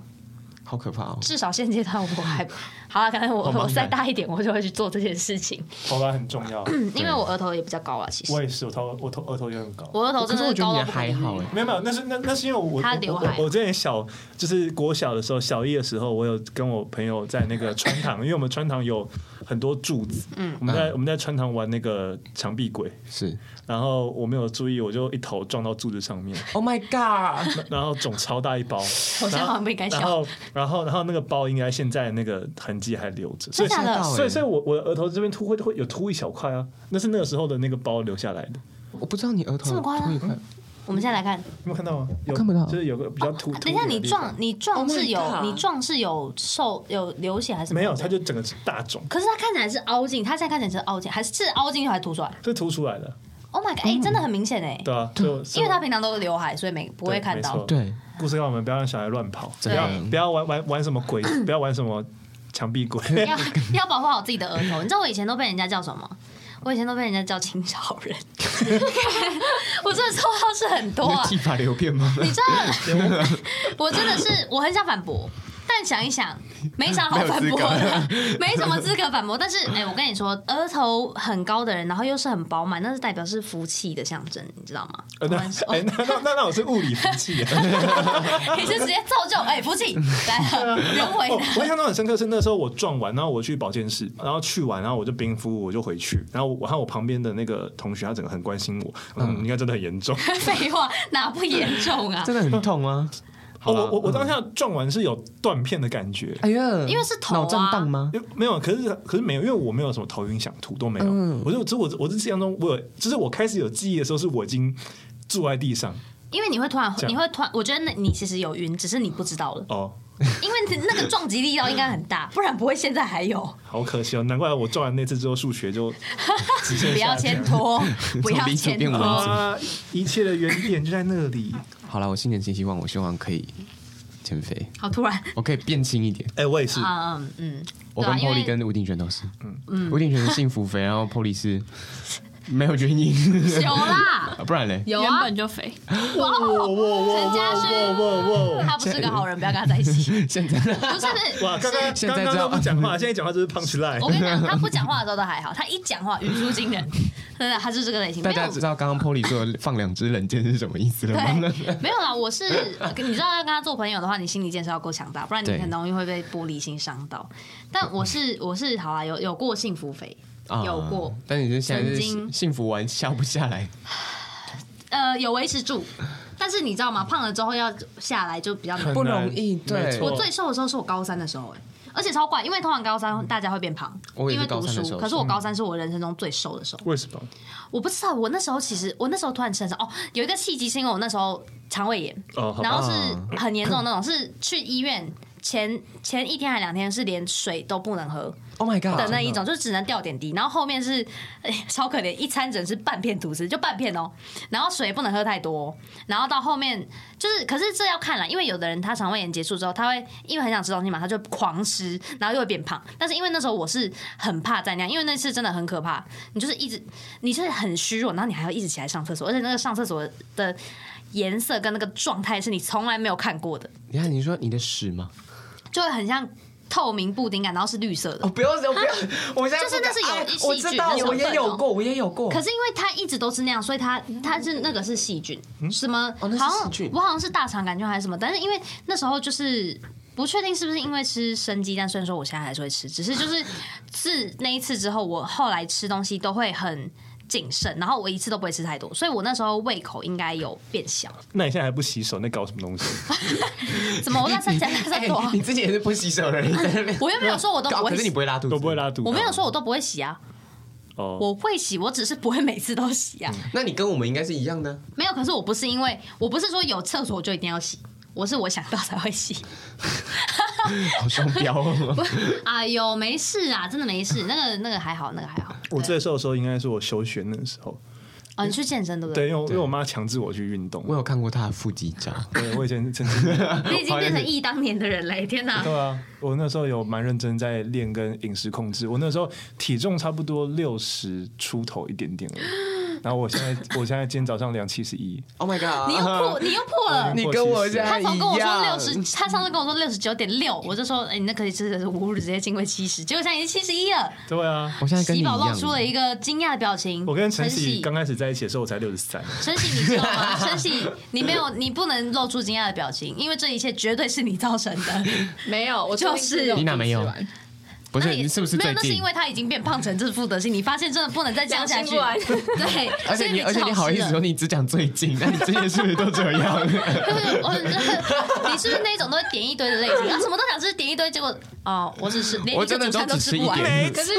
[SPEAKER 1] 好可怕哦！
[SPEAKER 3] 至少现阶段我还 好了，可能我
[SPEAKER 1] 好麻烦
[SPEAKER 3] 我再大一点，我就会去做这件事情，
[SPEAKER 4] 头发很 重要，
[SPEAKER 3] 嗯因为我额头也比较高了，啊其实
[SPEAKER 4] 我也是，我头我头额头也很高。
[SPEAKER 3] 我额头
[SPEAKER 1] 可
[SPEAKER 3] 真
[SPEAKER 1] 是
[SPEAKER 3] 的
[SPEAKER 1] 我
[SPEAKER 3] 是
[SPEAKER 1] 觉
[SPEAKER 3] 高
[SPEAKER 1] 得
[SPEAKER 3] 到
[SPEAKER 1] 你
[SPEAKER 3] 不可
[SPEAKER 1] 还
[SPEAKER 3] 理喻
[SPEAKER 1] 好哎，
[SPEAKER 4] 没有没有，那是那那是因为我我
[SPEAKER 3] 他刘
[SPEAKER 4] 我
[SPEAKER 3] 海
[SPEAKER 4] 我我之前小就是国小的时候，小一的时候，我有跟我朋友在那个川堂，因为我们川堂有很多柱子，嗯，我们在我们在川堂玩那个墙壁鬼，
[SPEAKER 1] 欸是
[SPEAKER 4] 然后我没有注意，我就一头撞到柱子上面，
[SPEAKER 1] Oh my god，
[SPEAKER 4] 然后肿超大一包，
[SPEAKER 3] 我现在
[SPEAKER 4] 然后
[SPEAKER 3] 好像不应该
[SPEAKER 4] 然
[SPEAKER 3] 笑，
[SPEAKER 4] 后然后然后那个包应该现在那个痕迹还留着，所
[SPEAKER 3] 真
[SPEAKER 4] 以
[SPEAKER 3] 假
[SPEAKER 1] 吓到
[SPEAKER 3] 的？
[SPEAKER 1] 欸
[SPEAKER 4] 所以所以我我的额头这边凸会会有凸一小块啊，那是那个时候的那个包留下来的，
[SPEAKER 1] 我不知道你额头
[SPEAKER 3] 这
[SPEAKER 1] 有
[SPEAKER 3] 么夸张
[SPEAKER 1] 凸一块，
[SPEAKER 3] 我们现在来看，
[SPEAKER 4] 你有没有看到吗？有
[SPEAKER 1] 我看不到
[SPEAKER 4] 就是有个比较凸。凸
[SPEAKER 3] 哦等一下
[SPEAKER 4] 的
[SPEAKER 3] 你
[SPEAKER 4] 地方
[SPEAKER 3] 撞你撞
[SPEAKER 1] Oh my
[SPEAKER 3] 是有
[SPEAKER 1] God
[SPEAKER 3] 你撞是有受有流血还是什么
[SPEAKER 4] 没有，它就整个是大肿，
[SPEAKER 3] 可是它看起来是凹进，它现在看起来是凹进，还是是凹进去还是凸出来
[SPEAKER 4] 这凸出来的，
[SPEAKER 3] ？Oh my god！哎、真的很明显哎、
[SPEAKER 4] 对啊，所以我
[SPEAKER 3] 因为他
[SPEAKER 4] 所以
[SPEAKER 3] 平常都是刘海，所以没不
[SPEAKER 4] 我
[SPEAKER 3] 会
[SPEAKER 4] 对
[SPEAKER 3] 看
[SPEAKER 4] 没
[SPEAKER 3] 到
[SPEAKER 4] 错。
[SPEAKER 1] 对，
[SPEAKER 4] 故事告诉我们不要让小孩乱跑，不
[SPEAKER 1] 对
[SPEAKER 4] 要不要玩玩玩什么鬼，不要玩什么墙壁鬼。
[SPEAKER 3] 要 要保护好自己的额头。你知道我以前都被人家叫什么？我以前都被人家叫清朝人， 我真的绰号是很多啊
[SPEAKER 1] 那。剃发留辫 吗？
[SPEAKER 3] 你知道， 我真的是我很想反驳，但想一想，没啥好反驳的，没什么资格反驳。但是，哎、我跟你说，额头很高的人，然后又是很饱满，那是代表是福气的象征，你知道吗？
[SPEAKER 4] 呃那哎那那那那我是物理福气 啊。
[SPEAKER 3] 你是直接造就哎、福气来了，人为
[SPEAKER 4] 哦
[SPEAKER 3] 的。，
[SPEAKER 4] 我印象中很深刻是那时候我撞完，然后我去保健室，然后去完，然后我就冰敷，我就回去，然后我和我旁边的那个同学，他整个很关心我，嗯，应该真的很严重。
[SPEAKER 3] 废话，哪不严重啊？
[SPEAKER 1] 真的很痛吗？好啦
[SPEAKER 4] 我我我
[SPEAKER 1] 嗯
[SPEAKER 4] 当下撞完是有断片的感觉，
[SPEAKER 1] 哎呀，
[SPEAKER 3] 因为是头啊
[SPEAKER 1] 脑震荡吗？
[SPEAKER 4] 因为没有，可是可是没有，因为我没有什么头晕想吐都没有。我就只是我我是印象中，我有就是我开始有记忆的时候，是我已经坐在地上
[SPEAKER 3] 因为你会突然，
[SPEAKER 4] 这样
[SPEAKER 3] 你会突然，我觉得那你其实有晕，只是你不知道 了，
[SPEAKER 4] 哦，
[SPEAKER 3] 因为那个撞击力道应该很大，不然不会现在还有。
[SPEAKER 4] 好可惜哦，难怪我撞完那次之后数学就直线
[SPEAKER 3] 不
[SPEAKER 4] 下
[SPEAKER 3] 要
[SPEAKER 4] 降
[SPEAKER 3] 牵 拖，不要
[SPEAKER 1] 从鼻祖
[SPEAKER 3] 牵
[SPEAKER 1] 变文
[SPEAKER 3] 拖
[SPEAKER 1] 组。
[SPEAKER 4] 啊！ 一切的原点就在那里。
[SPEAKER 1] 好了，我新年新希望，我希望可以减肥，
[SPEAKER 3] 好突然，
[SPEAKER 1] 我可以变轻一点。
[SPEAKER 4] 哎、我也是，
[SPEAKER 3] 嗯嗯，
[SPEAKER 1] 我
[SPEAKER 3] 对
[SPEAKER 1] 跟
[SPEAKER 3] 啊，因
[SPEAKER 1] Polly
[SPEAKER 3] 为
[SPEAKER 1] 跟吴定全都是，嗯，吴定全是幸福肥，然后 Polly 是没有原 因，
[SPEAKER 3] 有 啦，
[SPEAKER 1] 不然嘞，
[SPEAKER 3] 有
[SPEAKER 2] 原
[SPEAKER 3] 啊
[SPEAKER 2] 本，就肥，
[SPEAKER 3] 哇哦，陈嘉
[SPEAKER 4] 哇
[SPEAKER 3] 轩，
[SPEAKER 4] 哇！
[SPEAKER 3] 他不是个好人，不要跟他在一起。
[SPEAKER 1] 现在
[SPEAKER 3] 不是 不是，
[SPEAKER 4] 哇，刚刚
[SPEAKER 1] 现在
[SPEAKER 4] 刚刚
[SPEAKER 1] 知道
[SPEAKER 4] 都不讲话，现在讲话就是 punch
[SPEAKER 3] 我
[SPEAKER 4] line。
[SPEAKER 3] 跟你讲，他不讲话的时候都还好，他一讲话语出惊人，真的，他是这个类型。
[SPEAKER 1] 大
[SPEAKER 3] 没
[SPEAKER 1] 家
[SPEAKER 3] 有
[SPEAKER 1] 知道刚刚 Polly 说的放两支冷箭是什么意思了吗？
[SPEAKER 3] 对，没有啦，我是 你知道要跟他做朋友的话，你心理建设要够强大，不然你
[SPEAKER 1] 对嗯
[SPEAKER 3] 很容易会被玻璃心伤到。但我是我是好啦，有有过幸福肥，
[SPEAKER 1] 啊
[SPEAKER 3] 有过，
[SPEAKER 1] 但你是现在
[SPEAKER 3] 曾
[SPEAKER 1] 是
[SPEAKER 3] 经
[SPEAKER 1] 幸福完消不下来，
[SPEAKER 3] 呃，有维持住，但是你知道吗？胖了之后要下来就比较难。
[SPEAKER 1] 不容易对
[SPEAKER 4] 没错
[SPEAKER 3] 我最瘦的时候是我高三的时候、哎，而且超怪，因为通常高三大家会变胖，
[SPEAKER 1] 嗯我也
[SPEAKER 3] 因
[SPEAKER 1] 是
[SPEAKER 3] 为
[SPEAKER 1] 高
[SPEAKER 3] 读
[SPEAKER 1] 三的时
[SPEAKER 3] 书。
[SPEAKER 1] 候嗯
[SPEAKER 3] 可是我高三是我人生中最瘦的时候，
[SPEAKER 4] 为什么？
[SPEAKER 3] 我不知道，我那时候其实我那时候突然身上哦，有一个契机是因为我那时候肠胃炎，
[SPEAKER 4] 哦好
[SPEAKER 3] 然后是很严重的那种，是去医院前前一天还两天是连水都不能喝
[SPEAKER 1] Oh my god
[SPEAKER 3] 的那一种，就只能吊点滴，然后后面是、哎超可怜，一餐只能吃半片吐司，就半片哦，然后水也不能喝太多哦、然后到后面就是，可是这要看啦，因为有的人他肠胃炎结束之后，他会因为很想吃东西嘛，他就狂吃，然后又会变胖。但是因为那时候我是很怕再那样，因为那次真的很可怕，你就是一直你是很虚弱，然后你还要一直起来上厕所，而且那个上厕所的颜色跟那个状态是你从来没有看过的，
[SPEAKER 1] 你看你说你的屎吗？
[SPEAKER 3] 就会很像透明布丁感，啊然后是绿色的。
[SPEAKER 1] 不要哦不要，我现在
[SPEAKER 3] 就是那是有一
[SPEAKER 1] 啊我
[SPEAKER 3] 细
[SPEAKER 1] 知
[SPEAKER 3] 菌
[SPEAKER 1] 道
[SPEAKER 3] 的，成
[SPEAKER 1] 我也
[SPEAKER 3] 分
[SPEAKER 1] 有
[SPEAKER 3] 哦
[SPEAKER 1] 过，我也有 过。
[SPEAKER 3] 可是因为它一直都是那样，所以它它是那个是细菌，什么
[SPEAKER 1] 哦那是
[SPEAKER 3] 好像
[SPEAKER 1] 细菌
[SPEAKER 3] 我好像是大肠杆菌还是什么，但是因为那时候就是不确定是不是因为吃生鸡蛋，虽然说我现在还是会吃，只是就是自那一次之后，我后来吃东西都会很谨慎，然后我一次都不会吃太多，所以我那时候胃口应该有变小。
[SPEAKER 4] 那你现在还不洗手，那搞什么东西？
[SPEAKER 3] 怎么我在三加三多啊？
[SPEAKER 1] 哎你自己也是不洗 手的人，你在那边
[SPEAKER 3] 我又没有说我都不
[SPEAKER 1] 搞，
[SPEAKER 3] 会
[SPEAKER 1] 可是你
[SPEAKER 3] 洗，
[SPEAKER 1] 不会拉肚子，
[SPEAKER 4] 都不会。拉肚子。
[SPEAKER 3] 我没有说我都不会洗啊，
[SPEAKER 4] 哦，
[SPEAKER 3] 我会洗，我只是不会每次都洗啊。
[SPEAKER 1] 那你跟我们应该是一样的。
[SPEAKER 3] 没有，可是我不是因为我不是说有厕所我就一定要洗，我是我想到才会洗。
[SPEAKER 1] 好双标 哦。
[SPEAKER 3] 哎呦，没事啊，真的没事，那个那个还好，那个还好。
[SPEAKER 4] 我
[SPEAKER 3] 对
[SPEAKER 4] 最瘦的时候应该是我休学那时候，
[SPEAKER 3] 哦，你去健身对不
[SPEAKER 4] 对，
[SPEAKER 3] 对？
[SPEAKER 4] 因为我因为我妈强制我去运动
[SPEAKER 1] 我。有看过他的腹肌照，
[SPEAKER 4] 对，我以前曾经
[SPEAKER 3] 你已经变成忆当年的人嘞，天哪！
[SPEAKER 4] 对啊，我那时候有蛮认真在练跟饮食控制。我那时候体重差不多六十出头一点点而已然后我现在我现在今天早上量七十一，
[SPEAKER 1] Oh my god！
[SPEAKER 3] 你又
[SPEAKER 4] 啊
[SPEAKER 3] 破，你又破
[SPEAKER 4] 哎
[SPEAKER 3] 了。
[SPEAKER 1] 你跟我现在
[SPEAKER 3] 他
[SPEAKER 1] 一
[SPEAKER 3] 从
[SPEAKER 1] 样。
[SPEAKER 3] 跟我说 六十，他上次跟我说六十九点六，我就说，哎、你那可以真的是侮辱，直接进位七十，结果现在已经七十一了。
[SPEAKER 4] 对啊。
[SPEAKER 1] 我现在跟你
[SPEAKER 3] 喜
[SPEAKER 1] 一
[SPEAKER 3] 宝
[SPEAKER 1] 样。
[SPEAKER 3] 露出了一个惊讶的表情。
[SPEAKER 4] 我跟陈
[SPEAKER 3] 喜
[SPEAKER 4] 喜刚开始在一起的时候，我才六十三。
[SPEAKER 3] 陈喜，你知道吗？陈喜，你没有，你不能露出惊讶的表情，因为这一切绝对是你造成的。
[SPEAKER 5] 没有，我
[SPEAKER 3] 就是
[SPEAKER 5] 最近
[SPEAKER 1] 你哪没有
[SPEAKER 5] 吃完
[SPEAKER 1] 不
[SPEAKER 3] 那
[SPEAKER 1] 是
[SPEAKER 3] 也
[SPEAKER 1] 你是不是
[SPEAKER 3] 哎没有？
[SPEAKER 1] 最
[SPEAKER 3] 那是
[SPEAKER 1] 近
[SPEAKER 3] 因？为他已经变胖成这副德性，你发现真的不能再这样下去。
[SPEAKER 5] 良心
[SPEAKER 3] 对，
[SPEAKER 1] 啊 而且
[SPEAKER 3] 所以
[SPEAKER 1] 你，而且你
[SPEAKER 3] 只
[SPEAKER 1] 好意思
[SPEAKER 3] 吃
[SPEAKER 1] 说
[SPEAKER 3] 了？
[SPEAKER 1] 你只讲最 近，那你之前是不是都这样？
[SPEAKER 3] 就是我，你是不是那种都会点一堆的类型啊？什么都想吃，点一堆，结果哦，我只是连
[SPEAKER 1] 我
[SPEAKER 3] 一个
[SPEAKER 1] 真的
[SPEAKER 3] 主餐
[SPEAKER 1] 都
[SPEAKER 3] 都
[SPEAKER 1] 只
[SPEAKER 3] 吃
[SPEAKER 1] 吃
[SPEAKER 3] 不
[SPEAKER 1] 一
[SPEAKER 3] 完。
[SPEAKER 1] 点
[SPEAKER 5] 可是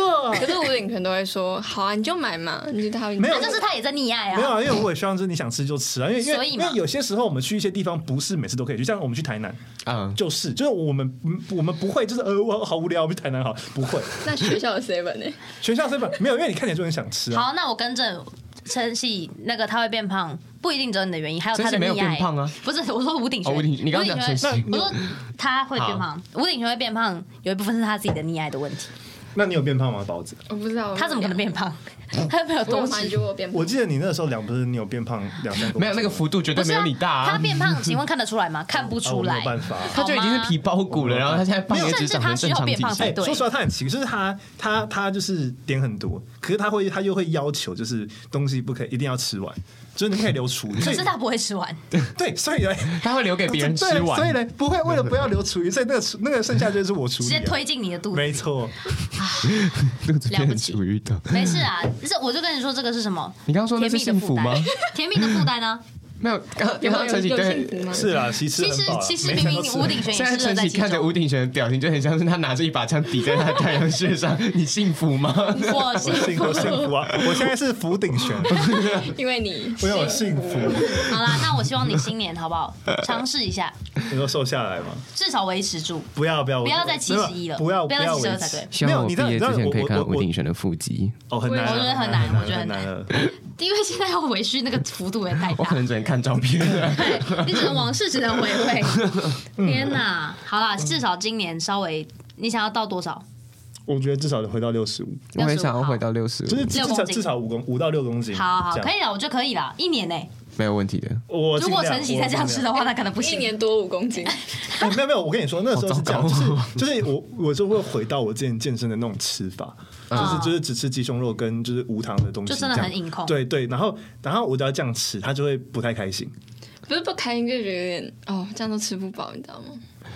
[SPEAKER 5] 可是吴鼎可能都会说，好啊，你就买嘛，你就他
[SPEAKER 4] 没有
[SPEAKER 3] 那啊就是他也在溺爱
[SPEAKER 4] 没有
[SPEAKER 3] 啊。
[SPEAKER 4] 啊，因为我也希望就是你想吃就吃啊，因为因
[SPEAKER 3] 所
[SPEAKER 4] 为
[SPEAKER 3] 以
[SPEAKER 4] 因
[SPEAKER 3] 嘛
[SPEAKER 4] 为有些时候我们去一些地方不是每次都可以去，像我们去台南
[SPEAKER 1] 嗯，
[SPEAKER 4] 就是就是我们嗯我们不会就是呃我好无聊，我们去台南好不 会，
[SPEAKER 5] 那学校的 seven
[SPEAKER 2] 欸
[SPEAKER 5] 呢、
[SPEAKER 4] 学校根本没有，因为你看起来就很想吃啊。
[SPEAKER 3] 好，那我跟正陈喜，那个他会变胖，不一定只有你的原因，还有他
[SPEAKER 1] 陈
[SPEAKER 3] 的
[SPEAKER 1] 喜没有
[SPEAKER 3] 溺爱。
[SPEAKER 1] 变胖啊
[SPEAKER 3] 不是，我说吴鼎轩，
[SPEAKER 1] 哦吴鼎你刚刚讲
[SPEAKER 3] 吴鼎轩
[SPEAKER 1] 陈喜
[SPEAKER 3] 我说他会变胖，吴鼎轩会变胖，有一部分是他自己的溺爱的问题。
[SPEAKER 4] 那你有变胖吗，包子？
[SPEAKER 5] 我不知道
[SPEAKER 3] 他怎么可能？变胖？ 他又没有
[SPEAKER 5] 我
[SPEAKER 3] 多
[SPEAKER 5] 反
[SPEAKER 3] 吃
[SPEAKER 5] 正。就我变胖
[SPEAKER 4] 我，记得你那时候量不是你有变胖两三公斤，
[SPEAKER 1] 没有那个幅度绝对
[SPEAKER 3] 不
[SPEAKER 1] 没
[SPEAKER 3] 是
[SPEAKER 1] 有
[SPEAKER 3] 啊
[SPEAKER 1] 你大
[SPEAKER 3] 他
[SPEAKER 1] 啊。哦
[SPEAKER 3] 变胖，请问看得出 来吗？看
[SPEAKER 4] 啊
[SPEAKER 3] 不
[SPEAKER 4] 我
[SPEAKER 3] 出
[SPEAKER 4] 没有
[SPEAKER 3] 来。
[SPEAKER 4] 办法啊、
[SPEAKER 1] 他就已经是皮包骨了，然后他现在胖也只长成正常体
[SPEAKER 3] 甚至他需要变胖才
[SPEAKER 1] 型
[SPEAKER 3] 对。
[SPEAKER 4] 哎说实话，他很奇，就是他他他就是点很多，可是他会他又会要求，就是东西不可以一定要吃完，就是你不可以留厨余。所
[SPEAKER 3] 可
[SPEAKER 4] 以
[SPEAKER 3] 是他不会吃完，
[SPEAKER 4] 对，所以 呢，
[SPEAKER 1] 他会留给别人吃
[SPEAKER 4] 哦对所
[SPEAKER 1] 完。
[SPEAKER 4] 以呢，不会为了不要留厨余，所以那个厨那个剩下就是我处理、
[SPEAKER 3] 直接
[SPEAKER 4] 啊。
[SPEAKER 3] 推进你的肚子。
[SPEAKER 4] 没错，
[SPEAKER 1] 肚子
[SPEAKER 3] 变成楚
[SPEAKER 1] 于的。
[SPEAKER 3] 没事啊，这我就跟你说这个是什么？
[SPEAKER 1] 你刚刚说那是幸福吗？
[SPEAKER 3] 甜蜜的负担呢？
[SPEAKER 1] 没有，刚刚刚
[SPEAKER 5] 有
[SPEAKER 1] 陈喜
[SPEAKER 5] 有幸福
[SPEAKER 1] 对。
[SPEAKER 5] 吗？
[SPEAKER 4] 是啊，其实
[SPEAKER 3] 其实
[SPEAKER 4] 很饱啊
[SPEAKER 3] 其实
[SPEAKER 4] 每
[SPEAKER 3] 明
[SPEAKER 4] 餐都
[SPEAKER 3] 明
[SPEAKER 4] 吃
[SPEAKER 3] 吴鼎轩也
[SPEAKER 1] 现在
[SPEAKER 3] 是乐
[SPEAKER 1] 陈
[SPEAKER 3] 在
[SPEAKER 1] 喜
[SPEAKER 3] 其
[SPEAKER 1] 看着
[SPEAKER 3] 中
[SPEAKER 1] 吴。鼎玄的表情，就很像是他拿着一把枪抵在他的太阳穴上。你幸福吗？
[SPEAKER 3] 我幸
[SPEAKER 4] 我幸
[SPEAKER 3] 福
[SPEAKER 4] 福。幸福啊！我现在是福鼎轩，
[SPEAKER 5] 因为你
[SPEAKER 4] 我有幸福，
[SPEAKER 3] 好啦，那我希望你新年好不好？尝试一下，
[SPEAKER 4] 你说瘦下来吗？
[SPEAKER 3] 至少维持住。
[SPEAKER 4] 不要不要，我
[SPEAKER 3] 不要再71了
[SPEAKER 4] 不要
[SPEAKER 3] 不要再
[SPEAKER 4] 要
[SPEAKER 3] 72
[SPEAKER 4] 维
[SPEAKER 3] 才
[SPEAKER 4] 持
[SPEAKER 3] 对
[SPEAKER 1] 希
[SPEAKER 4] 没
[SPEAKER 1] 望
[SPEAKER 4] 有，
[SPEAKER 1] 我
[SPEAKER 4] 你
[SPEAKER 1] 毕
[SPEAKER 4] 知道你
[SPEAKER 1] 业
[SPEAKER 4] 知道
[SPEAKER 1] 之前可以
[SPEAKER 4] 我
[SPEAKER 1] 看到
[SPEAKER 4] 我
[SPEAKER 1] 吴鼎玄的腹肌，
[SPEAKER 4] 哦，很难啊，
[SPEAKER 3] 我觉得很难
[SPEAKER 4] 很难
[SPEAKER 3] 我觉得
[SPEAKER 4] 很
[SPEAKER 3] 很
[SPEAKER 4] 难啊了。
[SPEAKER 3] 因为现在要回去，那个幅度也太
[SPEAKER 1] 我
[SPEAKER 3] 大
[SPEAKER 1] 可，能只能看照片。
[SPEAKER 3] 对你只能往事只能回 味。天哪！好啦，至少今年稍微，你想要到多少？
[SPEAKER 4] 我觉得至少得回到六十五，
[SPEAKER 1] 我也想要回到六十
[SPEAKER 4] 就是
[SPEAKER 1] 五，
[SPEAKER 4] 至
[SPEAKER 3] 六
[SPEAKER 4] 至
[SPEAKER 3] 公
[SPEAKER 4] 少
[SPEAKER 3] 斤
[SPEAKER 4] 至少五公五到六公斤。
[SPEAKER 3] 好好，
[SPEAKER 4] 这样
[SPEAKER 3] 可以了，我觉得可以了，一年呢。
[SPEAKER 1] 没有问题的。
[SPEAKER 4] 我
[SPEAKER 3] 如果晨曦再这样吃
[SPEAKER 4] 的，
[SPEAKER 3] 的话，那可能不
[SPEAKER 5] 一
[SPEAKER 3] 行。
[SPEAKER 5] 年多五公斤，
[SPEAKER 4] 哎没有没有，我跟你说，那时候是这样，
[SPEAKER 1] 好
[SPEAKER 4] 就
[SPEAKER 1] 糟
[SPEAKER 4] 是
[SPEAKER 1] 糕
[SPEAKER 4] 就是我我就会回到我之前健身的那种吃法，就是就是只吃鸡胸肉跟就是无糖的东西，
[SPEAKER 3] 嗯就真的
[SPEAKER 4] 这样
[SPEAKER 3] 很哦隐控
[SPEAKER 4] 对对，然后然后我只要这样吃，他就会不太开心。
[SPEAKER 5] 不是不开心就觉得有点哦，这样都吃不饱，你知道吗？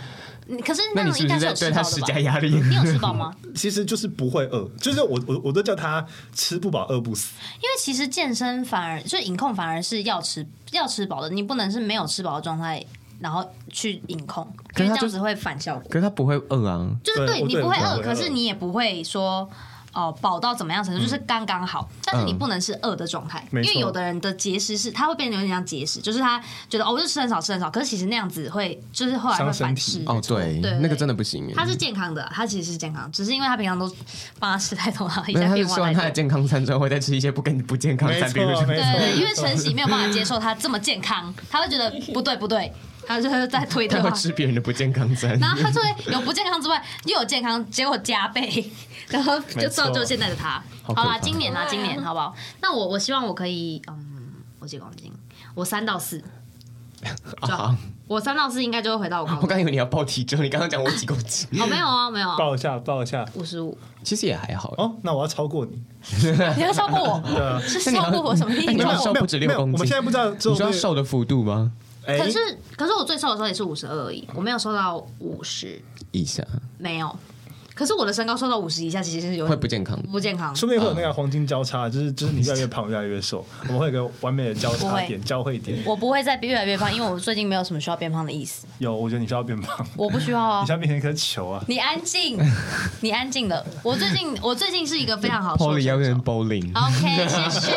[SPEAKER 3] 你可是
[SPEAKER 1] 那
[SPEAKER 3] 那
[SPEAKER 1] 你
[SPEAKER 3] 种
[SPEAKER 1] 是
[SPEAKER 3] 应
[SPEAKER 1] 不是
[SPEAKER 3] 该是
[SPEAKER 1] 在
[SPEAKER 3] 有
[SPEAKER 1] 对
[SPEAKER 3] 吃
[SPEAKER 1] 他
[SPEAKER 3] 饱
[SPEAKER 1] 施
[SPEAKER 3] 的
[SPEAKER 1] 加
[SPEAKER 3] 吧？
[SPEAKER 1] 压力？
[SPEAKER 3] 你有吃饱吗？
[SPEAKER 4] 其实就是不会饿，就是我我我都叫他吃不饱饿不死。
[SPEAKER 3] 因为其实健身反而就是饮控，反而是要吃要吃饱的，你不能是没有吃饱的状态，然后去饮控，
[SPEAKER 1] 可
[SPEAKER 3] 因
[SPEAKER 1] 是
[SPEAKER 3] 为
[SPEAKER 1] 他就
[SPEAKER 3] 这样子会反效果。
[SPEAKER 1] 可是他不会饿啊。
[SPEAKER 3] 就
[SPEAKER 4] 对
[SPEAKER 3] 是对
[SPEAKER 4] 我
[SPEAKER 3] 你
[SPEAKER 4] 对
[SPEAKER 3] 不会
[SPEAKER 4] 我不
[SPEAKER 3] 饿，
[SPEAKER 4] 会
[SPEAKER 3] 可
[SPEAKER 4] 饿
[SPEAKER 3] 是你也不会说哦饱到怎么样程度，就是刚刚好。但是你不能是饿的状态，因
[SPEAKER 4] 没
[SPEAKER 3] 为
[SPEAKER 4] 错
[SPEAKER 3] 有的人的节食是他会变得有点像节食，就是他觉得哦我就吃很少吃很少，可是其实那样子会就是后来会
[SPEAKER 4] 伤身
[SPEAKER 3] 反
[SPEAKER 4] 体
[SPEAKER 3] 噬。
[SPEAKER 1] 哦，对
[SPEAKER 3] 对，
[SPEAKER 1] 那个真的不行。
[SPEAKER 3] 他是健康的，他其实是健康，只是因为他平常都帮他吃太多，然后一
[SPEAKER 1] 没有，他
[SPEAKER 3] 下
[SPEAKER 1] 是
[SPEAKER 3] 变化
[SPEAKER 1] 吃完他
[SPEAKER 3] 太
[SPEAKER 1] 的
[SPEAKER 3] 多。
[SPEAKER 1] 健康餐之后，会再吃一些不跟不健康的餐，比如说
[SPEAKER 4] 没错
[SPEAKER 3] 对，因为晨曦没有办法接受他这么健康，他会觉得不对不对，他就会在推特
[SPEAKER 1] 他
[SPEAKER 3] 化
[SPEAKER 1] 会。吃别人的不健康餐。
[SPEAKER 3] 然后他就会有不健康之外，又有健康，结果加倍，然后就造就现在的他。
[SPEAKER 1] 好可
[SPEAKER 3] 好
[SPEAKER 1] 怕
[SPEAKER 3] 啦，今年啦，
[SPEAKER 5] 哇
[SPEAKER 3] 今年好不好？那我我希望我可以，嗯，我几公斤？我三到四，
[SPEAKER 1] 啊！
[SPEAKER 3] 我三到四应该就会回到我
[SPEAKER 1] 我
[SPEAKER 3] 公斤。
[SPEAKER 1] 刚以为你要报体重，你刚刚讲我几公斤，
[SPEAKER 3] 哦，没有哦，没有哦，
[SPEAKER 4] 抱一下抱一下
[SPEAKER 3] 五十五，
[SPEAKER 1] 其实也还好。欸
[SPEAKER 4] 哦，那我要超过你。
[SPEAKER 3] 你要超过
[SPEAKER 4] 对
[SPEAKER 3] 我，
[SPEAKER 4] 啊
[SPEAKER 3] 是
[SPEAKER 1] 那 你
[SPEAKER 3] 超
[SPEAKER 1] 要
[SPEAKER 3] 过我什么意
[SPEAKER 1] 那你
[SPEAKER 3] 思？
[SPEAKER 1] 要
[SPEAKER 4] 没有
[SPEAKER 1] 瘦不止
[SPEAKER 4] 没有
[SPEAKER 1] 六公斤
[SPEAKER 4] 我们现在不知道之
[SPEAKER 1] 你
[SPEAKER 4] 后
[SPEAKER 1] 说要
[SPEAKER 4] 会
[SPEAKER 1] 瘦的幅度吗？
[SPEAKER 4] 哎、哎
[SPEAKER 3] 可是可是我最瘦的时候也是五十二而已，我没有瘦到五十，
[SPEAKER 1] 一下
[SPEAKER 3] 没有。可是我的身高瘦到五十以下，其实是有
[SPEAKER 1] 会
[SPEAKER 3] 点
[SPEAKER 1] 不健康。
[SPEAKER 3] 不健康。
[SPEAKER 4] 说不定会有那个黄金交叉，就是就是你越来越胖，越来越瘦，我们会有一个完美的交
[SPEAKER 3] 不
[SPEAKER 4] 叉
[SPEAKER 3] 会
[SPEAKER 4] 点、交汇点。
[SPEAKER 3] 我不会再越来越胖，因为我最近没有什么需要变胖的意思，
[SPEAKER 4] 有，我觉得你需要变胖，
[SPEAKER 3] 我不需要啊
[SPEAKER 4] 你。像变成一颗球啊！
[SPEAKER 3] 你安静， 你安静了。我最近我最近是一个非常好瘦
[SPEAKER 1] Polly
[SPEAKER 3] 的
[SPEAKER 1] 要
[SPEAKER 3] 选
[SPEAKER 1] 变
[SPEAKER 3] 手
[SPEAKER 1] 成 bowling，
[SPEAKER 3] OK，谢谢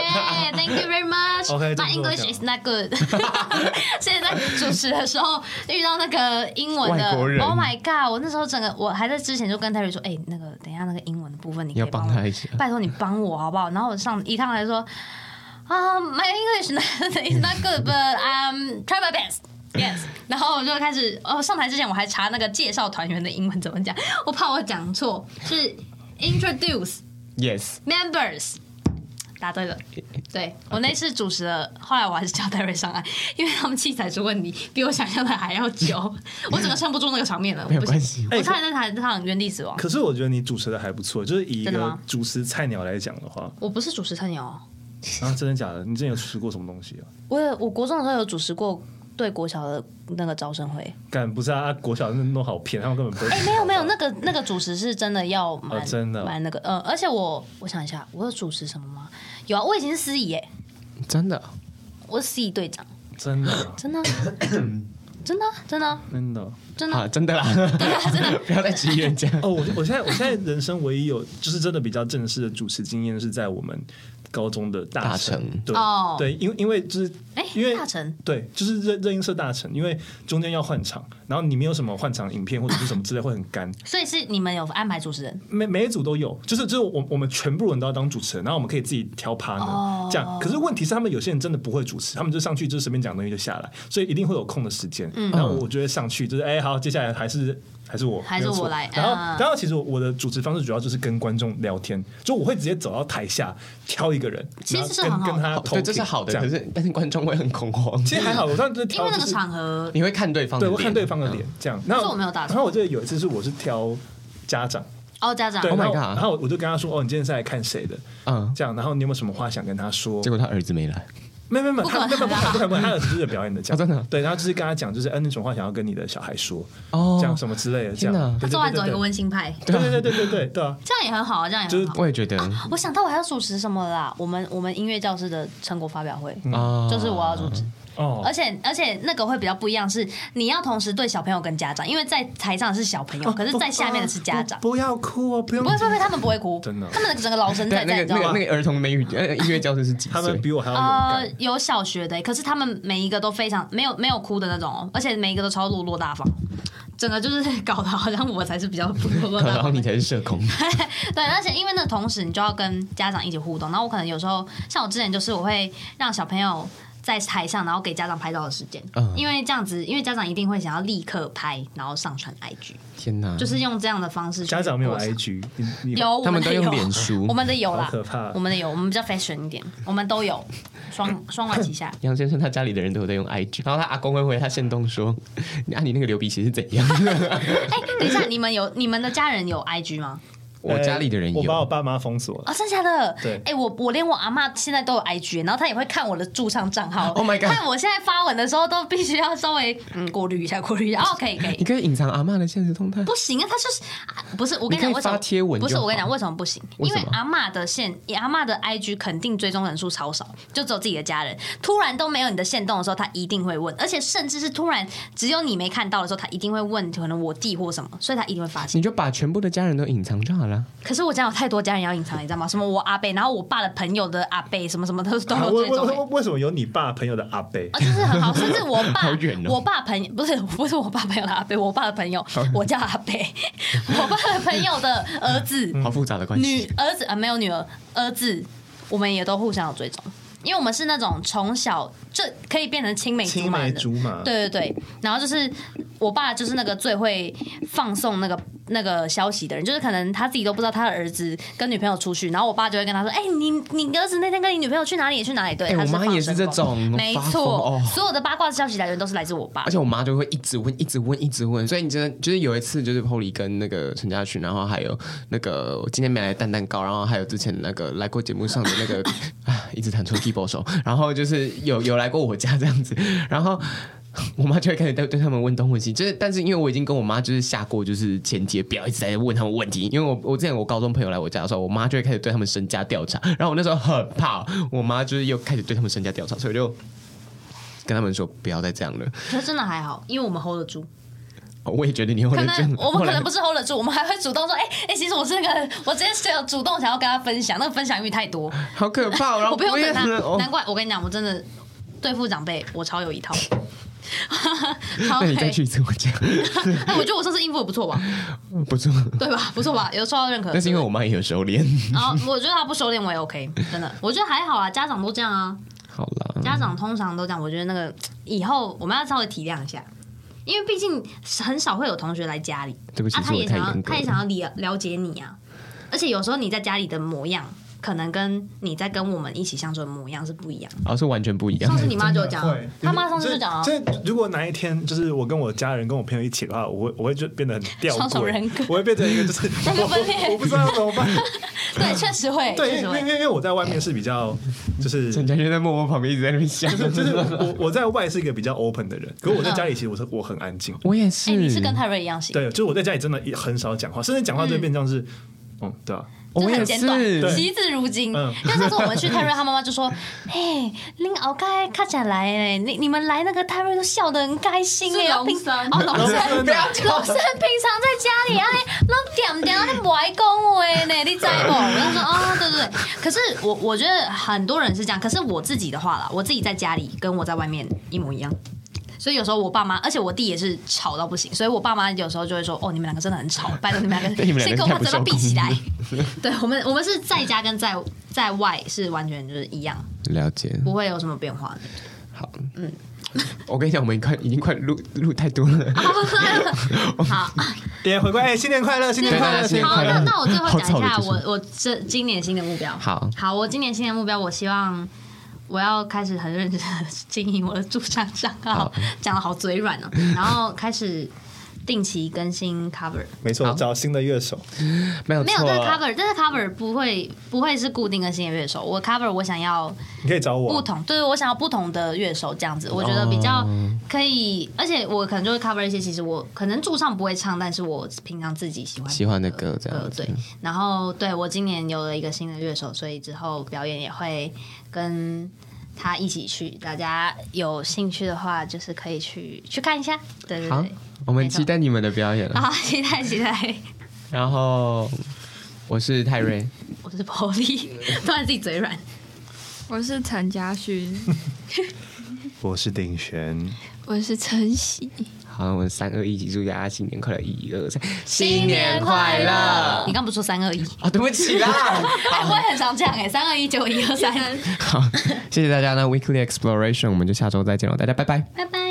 [SPEAKER 3] ，Thank you very much。
[SPEAKER 4] OK，这
[SPEAKER 3] My
[SPEAKER 4] 不是我
[SPEAKER 3] English
[SPEAKER 4] 讲
[SPEAKER 3] is not good 。 现在主持的时候遇到那个英文的
[SPEAKER 1] 外国人
[SPEAKER 3] ，Oh my God！我那时候整个我还在之前就跟 Terry 说，哎、那个等一下那个英文的部分你可以
[SPEAKER 1] 要帮
[SPEAKER 3] 我
[SPEAKER 1] 他一下
[SPEAKER 3] 拜托你帮我好不好？然后我上一趟来说，啊、m y English is not good，but I'm try my best。Yes，然 后我就开始，哦，上台之前我还查那个介绍团员的英文怎么讲，我怕我讲错，是 introduce
[SPEAKER 1] ，yes，
[SPEAKER 3] members。答对了，对我那次主持了，后来我还是叫戴瑞上来，因为他们器材出问题，比我想象的还要 久，我整个撑不住那个场面了，
[SPEAKER 1] 没
[SPEAKER 3] 我
[SPEAKER 1] 有
[SPEAKER 3] 不
[SPEAKER 1] 关
[SPEAKER 3] 行，
[SPEAKER 1] 系。
[SPEAKER 3] 我差点在台上原地死亡。
[SPEAKER 4] 可是我觉得你主持的还不错，就是以一
[SPEAKER 3] 真的
[SPEAKER 4] 个
[SPEAKER 3] 吗
[SPEAKER 4] 主持菜鸟来讲的 话，
[SPEAKER 3] 我不是主持菜鸟哦，
[SPEAKER 4] 啊，真的假的？你之前有吃过什么东西啊？
[SPEAKER 3] 我有我国中的时候有主持过对国小的那个招生会，
[SPEAKER 4] 干不是啊，啊国小那弄好偏，他们根本不会。
[SPEAKER 3] 哎、没有没有， 那个那个主持是真的要蛮、
[SPEAKER 4] 哦真的哦
[SPEAKER 3] 蛮那个，呃，而且我我想一下，我有主持什么吗？有啊，我以前是司仪耶，
[SPEAKER 1] 真的，
[SPEAKER 3] 我是司仪队长，
[SPEAKER 4] 真的
[SPEAKER 3] 真 的啊真的啊真的啊
[SPEAKER 4] 真的。
[SPEAKER 3] 真的啊
[SPEAKER 1] 好， 真的啦，不要再质疑人家。
[SPEAKER 4] 哦，我我现在我现在人生唯一有就是真的比较正式的主持经验是在我们高中的大成，
[SPEAKER 1] 大成
[SPEAKER 4] 对、
[SPEAKER 3] 哦
[SPEAKER 4] 对，因为因为就是
[SPEAKER 3] 哎、
[SPEAKER 4] 因为
[SPEAKER 3] 大成
[SPEAKER 4] 对，就是热热音社大成，因为中间要换场，然后你没有什么换场影片或者是什么之类会很干，
[SPEAKER 3] 所以是你们有安排主持人，
[SPEAKER 4] 每每一组都有，就是就是我我们全部人都要当主持人，然后我们可以自己挑 partner、
[SPEAKER 3] 哦
[SPEAKER 4] 这样。可是问题是，他们有些人真的不会主持，他们就上去就随便讲东西就下来，所以一定会有空的时间。
[SPEAKER 3] 嗯
[SPEAKER 4] 然后我就会上去，就是哎、好，接下来还是。还是我，
[SPEAKER 3] 还是
[SPEAKER 4] 没有错
[SPEAKER 3] 我来
[SPEAKER 4] 然后，
[SPEAKER 3] 啊
[SPEAKER 4] 然后其实我的主持方式主要就是跟观众聊天，就我会直接走到台下挑一个人，
[SPEAKER 3] 其实是
[SPEAKER 4] 然后
[SPEAKER 3] 很好
[SPEAKER 4] 跟跟他
[SPEAKER 1] 好
[SPEAKER 4] 投
[SPEAKER 1] 啊哦对，这是
[SPEAKER 4] 屏
[SPEAKER 1] 好的，
[SPEAKER 4] 这样
[SPEAKER 1] 可是但是观众会很恐慌，
[SPEAKER 4] 其实还好，我上次就是
[SPEAKER 3] 因
[SPEAKER 4] 挑
[SPEAKER 3] 为那
[SPEAKER 4] 哦就
[SPEAKER 3] 个
[SPEAKER 4] 是
[SPEAKER 3] 场合
[SPEAKER 1] 你会看对方的
[SPEAKER 4] 对，
[SPEAKER 1] 脸，
[SPEAKER 4] 我看对方的脸
[SPEAKER 1] 嗯。
[SPEAKER 4] 这样。然后
[SPEAKER 3] 可是我没有打算
[SPEAKER 4] 然后我记得有一次是我是挑家长，
[SPEAKER 3] 哦，家长
[SPEAKER 4] 对
[SPEAKER 1] Oh my
[SPEAKER 4] 然后
[SPEAKER 1] god
[SPEAKER 4] 然后我就跟他说：“哦，你今天是来看谁的？”
[SPEAKER 1] 嗯，
[SPEAKER 4] 这样，然后你有没有什么话想跟他说
[SPEAKER 1] 结？果他儿子没来，
[SPEAKER 4] 没有没有没有，
[SPEAKER 3] 不可
[SPEAKER 4] 他
[SPEAKER 3] 能
[SPEAKER 4] 没有没有不
[SPEAKER 3] 啦
[SPEAKER 4] 可能不可能，他有只是表演的这样，
[SPEAKER 1] 哦真的啊
[SPEAKER 4] 对，然后就是跟他讲，就是嗯，你有什么话想要跟你的小孩说，
[SPEAKER 1] 哦
[SPEAKER 4] 这样什么之类的，这
[SPEAKER 1] 天
[SPEAKER 4] 样
[SPEAKER 1] 哪，
[SPEAKER 4] 对
[SPEAKER 3] 他
[SPEAKER 4] 对
[SPEAKER 3] 做完走一
[SPEAKER 4] 对
[SPEAKER 3] 个
[SPEAKER 4] 对
[SPEAKER 3] 温馨派，
[SPEAKER 4] 对对对对对对对啊，
[SPEAKER 3] 这样也很好啊，这样也很好。
[SPEAKER 1] 我也觉得
[SPEAKER 3] 我想到我还要主持什么了啦，我们我们音乐教师的成果发表会，
[SPEAKER 1] 啊，
[SPEAKER 3] 就是我要主持。
[SPEAKER 4] 嗯哦
[SPEAKER 3] 而，且而且那个会比较不一样，是你要同时对小朋友跟家长，因为在台上是小朋友，可是在下
[SPEAKER 4] 哦
[SPEAKER 3] 面的是家长。
[SPEAKER 4] 不不要哭哦，不用
[SPEAKER 3] 不会不会，不会他们不会哭，
[SPEAKER 4] 真的
[SPEAKER 3] 他们的整个老神
[SPEAKER 1] 对啊
[SPEAKER 3] 在
[SPEAKER 1] 那
[SPEAKER 3] 在，
[SPEAKER 1] 个
[SPEAKER 3] 你知道
[SPEAKER 1] 那个
[SPEAKER 3] 吗？
[SPEAKER 1] 那个儿童美语呃音乐教师是几
[SPEAKER 4] 他
[SPEAKER 1] 岁
[SPEAKER 4] 们？比我还要勇
[SPEAKER 3] 呃
[SPEAKER 4] 敢，，
[SPEAKER 3] 有小学的，可是他们每一个都非常没有没有哭的那种哦，而且每一个都超落落大方，整个就是搞得好像我才是比较不落落大
[SPEAKER 1] 然后
[SPEAKER 3] 方
[SPEAKER 1] 你
[SPEAKER 3] 的。
[SPEAKER 1] 才是社恐，
[SPEAKER 3] 对，而且因为那同时你就要跟家长一起互动，然后我可能有时候像我之前就是我会让小朋友在台上，然后给家长拍照的时间，
[SPEAKER 1] 嗯
[SPEAKER 3] 因为这样子，因为家长一定会想要立刻拍，然后上传 IG，
[SPEAKER 1] 天哪！
[SPEAKER 3] 就是用这样的方式去过
[SPEAKER 4] 家
[SPEAKER 3] 程。
[SPEAKER 4] 长没有 IG，你你
[SPEAKER 3] 有，
[SPEAKER 1] 嗯
[SPEAKER 3] 我
[SPEAKER 1] 他们
[SPEAKER 3] 的
[SPEAKER 1] 都用
[SPEAKER 3] 有
[SPEAKER 1] 脸书
[SPEAKER 3] 我们的有
[SPEAKER 4] 好
[SPEAKER 3] 啦，
[SPEAKER 4] 可怕
[SPEAKER 3] 我，们的有，我们比较 fashion 一点，我们都有双双管齐下。
[SPEAKER 1] 杨先生他家里的人都有在用 IG，然后他阿公会回他线动说：“ 啊，你那个流鼻血是怎样
[SPEAKER 3] 哎、等一下，你们有你们的家人有 IG 吗？？”
[SPEAKER 1] 我家里的人
[SPEAKER 4] 哎我把我
[SPEAKER 1] 有，
[SPEAKER 4] 爸妈封锁了，
[SPEAKER 3] 哦，真的假的？
[SPEAKER 4] 对
[SPEAKER 3] 哎、我我连我阿妈现在都有 IG，然后她也会看我的驻唱账号。
[SPEAKER 1] Oh my god
[SPEAKER 3] 看我现在发文的时候，都必须要稍微嗯过滤一下，过滤一下。哦，可以可以
[SPEAKER 1] 你。可以隐藏阿嬷的现实动态
[SPEAKER 3] 不。行啊，他就是啊不是我跟你讲
[SPEAKER 1] 你可以
[SPEAKER 3] 为什
[SPEAKER 1] 发
[SPEAKER 3] 么
[SPEAKER 1] 贴文就
[SPEAKER 3] 不
[SPEAKER 1] 好
[SPEAKER 3] 是我跟你讲为什么不行？
[SPEAKER 1] 为
[SPEAKER 3] 因
[SPEAKER 1] 什么
[SPEAKER 3] 为阿嬷的线，阿嬷的 IG 肯定追踪人数超少，就只有自己的家人。突然都没有你的线动的时候，他一定会问，而且甚至是突然只有你没看到的时候，他一定会问，可能我弟或什么，所以他一定会发现。
[SPEAKER 1] 你就把全部的家人都隐藏就好了。
[SPEAKER 3] 可是我家有太多家人要隐藏，你知道吗？什么我阿贝，然后我爸的朋友的阿贝，什么什么都都
[SPEAKER 4] 啊
[SPEAKER 3] 有
[SPEAKER 4] 为
[SPEAKER 3] 追
[SPEAKER 4] 为
[SPEAKER 3] 踪、
[SPEAKER 4] 为
[SPEAKER 3] 欸。
[SPEAKER 4] 为什么有你爸朋友的阿贝
[SPEAKER 3] 啊，？就是很好，甚至我 爸，
[SPEAKER 1] 好远哦
[SPEAKER 3] 我爸朋友不是不是我爸朋友的阿贝，我爸的朋友，我叫阿贝，我爸的朋友的儿子，
[SPEAKER 4] 嗯
[SPEAKER 1] 好复杂的关
[SPEAKER 3] 女
[SPEAKER 1] 系。
[SPEAKER 3] 儿子啊，没有女儿，儿子，我们也都互相有追踪，因为我们是那种从小就可以变成青梅竹
[SPEAKER 4] 青
[SPEAKER 3] 马
[SPEAKER 4] 梅
[SPEAKER 3] 的。
[SPEAKER 4] 竹马，
[SPEAKER 1] 嗯
[SPEAKER 3] 对对对，然后就是我爸就是那个最会放送那个那个消息的人，就是可能他自己都不知道他的儿子跟女朋友出去，然后我爸就会跟他说：“哎、你你儿子那天跟你女朋友去哪里去哪里？”对，
[SPEAKER 1] 哎
[SPEAKER 3] 他
[SPEAKER 1] 我妈
[SPEAKER 3] 放
[SPEAKER 1] 也是
[SPEAKER 3] 声
[SPEAKER 1] 这
[SPEAKER 3] 光
[SPEAKER 1] 种
[SPEAKER 3] 没
[SPEAKER 1] 发疯
[SPEAKER 3] 错
[SPEAKER 1] 哦，
[SPEAKER 3] 所有的八卦消息来源都是来自我爸
[SPEAKER 1] 而。且我妈就会一直问，一直问，一直问。所以你真的就是有一次，就是 Polly 跟那个陈家群，然后还有那个今天没来的蛋蛋糕，然后还有之前那个来过节目上的那个 啊，一直弹出 keyboard 手，然后就是有有来过我家这样子，然后。我妈就会开始对对他们问东问西，就是但是因为我已经跟我妈就是下过就是前节，不要一直在问他们问题，因为我我之前我高中朋友来我家的时候，我妈就会开始对他们身家调查，然后我那时候很怕，我妈就是又开始对他们身家调查，所以我就。跟他们说不要再这样了，
[SPEAKER 3] 可是真的还好，因为我们 hold 得住。
[SPEAKER 1] 哦我也觉得你后
[SPEAKER 3] 可
[SPEAKER 1] 来
[SPEAKER 3] 能
[SPEAKER 1] 真的
[SPEAKER 3] 我
[SPEAKER 1] 后
[SPEAKER 3] 们可
[SPEAKER 1] 来
[SPEAKER 3] 能不是 hold 得住，我们还会主动说，哎、哎、其实我是那个，我直接是有主动想要跟他分享，那个分享欲太多，
[SPEAKER 1] 好可怕哦，然后
[SPEAKER 3] 我不用
[SPEAKER 1] 也
[SPEAKER 3] 等他
[SPEAKER 1] 很。哦
[SPEAKER 3] 难怪我跟你讲，我真的对付长辈，我超有一 套。
[SPEAKER 1] 那你
[SPEAKER 3] OK
[SPEAKER 1] 再去一次我家，
[SPEAKER 3] 哎，我觉得我上次应付的不错吧，
[SPEAKER 1] 不错。
[SPEAKER 3] 对吧？不错吧？有受到认可。
[SPEAKER 1] 那是因为我妈也有收敛。
[SPEAKER 3] 然后我觉得他不收敛我也 OK，真的，我觉得还好啊，家长都这样啊，
[SPEAKER 1] 好啦，
[SPEAKER 3] 家长通常都这样。我觉得那个以后我们要稍微体谅一下，因为毕竟很少会有同学来家里，
[SPEAKER 1] 对不起
[SPEAKER 3] 啊，，他
[SPEAKER 1] 是我
[SPEAKER 3] 也想
[SPEAKER 1] 太
[SPEAKER 3] 要
[SPEAKER 1] 严格
[SPEAKER 3] 他
[SPEAKER 1] 了。
[SPEAKER 3] 也想要了了解你啊，而且有时候你在家里的模样，可能跟你在跟我们一起相处的模样是不一样的。
[SPEAKER 1] 哦，是完全不一样
[SPEAKER 3] 上。次你妈就有讲啊
[SPEAKER 4] 会，
[SPEAKER 3] 他妈上次就讲啊，
[SPEAKER 4] 就是就是如果哪一天就是我跟我家人跟我朋友一起的话，我会我会就变得很吊
[SPEAKER 3] 双重人格
[SPEAKER 4] 诡，我会变成一个就是
[SPEAKER 3] 人格
[SPEAKER 4] 我
[SPEAKER 3] 分裂
[SPEAKER 4] 我我不知道要怎么 办。
[SPEAKER 3] 对，确实会，
[SPEAKER 4] 对，
[SPEAKER 3] 确
[SPEAKER 4] 因
[SPEAKER 3] 实
[SPEAKER 4] 为因
[SPEAKER 3] 会。
[SPEAKER 4] 为因为我在外面是比较就是
[SPEAKER 1] 陈嘉轩在默默旁边一直在那边笑，
[SPEAKER 4] 就是就是我我在外是一个比较 open 的人，可是我在家里其实我是我很安 静。
[SPEAKER 1] 我也是。
[SPEAKER 3] 哎，你是跟泰瑞一样型，
[SPEAKER 4] 对，就是我在家里真的也很少讲话，甚至讲话就会变成是，嗯，对啊，
[SPEAKER 3] 就
[SPEAKER 1] 我也
[SPEAKER 3] 很简短
[SPEAKER 1] 是，
[SPEAKER 4] 对
[SPEAKER 3] 惜字如金。
[SPEAKER 4] 嗯
[SPEAKER 3] 因为上次我们去泰瑞，他妈妈就说：“哎，恁熬该看起来嘞，你你们来那个泰瑞都笑得很开心哎。
[SPEAKER 2] 是”
[SPEAKER 3] 平
[SPEAKER 2] 龙山
[SPEAKER 3] 哦， 龙
[SPEAKER 4] 龙
[SPEAKER 3] 山
[SPEAKER 4] 山
[SPEAKER 3] 龙山平常在家里啊，拢点点啊，你不爱讲话呢，你知不？然后说哦，对对对。可是我我觉得很多人是这样，可是我自己的话啦，我自己在家里跟我在外面一模一样。所以有时候我爸妈，而且我弟也是吵到不行，所以我爸妈有时候就会说：“哦，你们两个真的很吵，拜托你们两 个
[SPEAKER 1] 你们两个
[SPEAKER 3] 先给我把
[SPEAKER 1] 太不
[SPEAKER 3] 嘴巴
[SPEAKER 1] 受
[SPEAKER 3] 闭起
[SPEAKER 1] 控
[SPEAKER 3] 来
[SPEAKER 1] 了。”
[SPEAKER 3] 对我们，我们是在家跟在在外是完全就是一样，
[SPEAKER 1] 了解。
[SPEAKER 3] 不会有什么变化的。
[SPEAKER 1] 好，嗯，我跟你讲，我们快已经快录录太多了。
[SPEAKER 3] 好，
[SPEAKER 4] 别回归，哎，新年快乐，新年快
[SPEAKER 1] 对大家
[SPEAKER 4] 乐，
[SPEAKER 1] 新年
[SPEAKER 4] 快
[SPEAKER 3] 好，
[SPEAKER 1] 快乐
[SPEAKER 3] 那那我最后讲一
[SPEAKER 1] 好
[SPEAKER 3] 下
[SPEAKER 1] 吵的
[SPEAKER 3] 我我这今年新的目标。
[SPEAKER 1] 好
[SPEAKER 3] 好，我今年新的目标，我希望我要开始很认真的经营我的驻唱账号
[SPEAKER 1] 好，
[SPEAKER 3] 讲的好嘴软哦，然后开始定期更新 cover。
[SPEAKER 4] 没错，找新的乐手，
[SPEAKER 1] 没有
[SPEAKER 3] 没有，但是
[SPEAKER 1] 错，啊
[SPEAKER 3] cover，但是 cover 不会不会是固定更新的乐手。我 cover 我想要
[SPEAKER 4] 你可以找
[SPEAKER 3] 不
[SPEAKER 4] 我，
[SPEAKER 3] 同，对我想要不同的乐手这样
[SPEAKER 1] 哦
[SPEAKER 3] 子，我觉得比较可以，而且我可能就会 cover 一些，其实我可能驻唱不会唱，但是我平常自己喜欢
[SPEAKER 1] 喜欢的歌这样
[SPEAKER 3] 呃，
[SPEAKER 1] 子
[SPEAKER 3] 对。，然后对我今年有了一个新的乐手，所以之后表演也会跟他一起去。大家有兴趣的话，就是可以去去看一下。对对
[SPEAKER 1] 好
[SPEAKER 3] 对，，
[SPEAKER 1] 我们期待你们的表演了。
[SPEAKER 3] 啊，期待期待。
[SPEAKER 1] 然后，我是泰瑞，
[SPEAKER 3] 我是 p o l y 突然自己嘴软。
[SPEAKER 5] 我是陈嘉勋，
[SPEAKER 4] 我是鼎璇。
[SPEAKER 5] 我是陈喜，
[SPEAKER 1] 好，我们三二一起祝大家新年快乐！一二三，
[SPEAKER 3] 新年快乐！你刚不是说 三二一？
[SPEAKER 1] 啊，对不起啦。
[SPEAKER 3] 哎，我也很常这样哎，三二一九一二三，
[SPEAKER 1] 好，谢谢大家。那 Weekly Exploration，我们就下周再见了，大家拜拜。
[SPEAKER 3] 拜拜。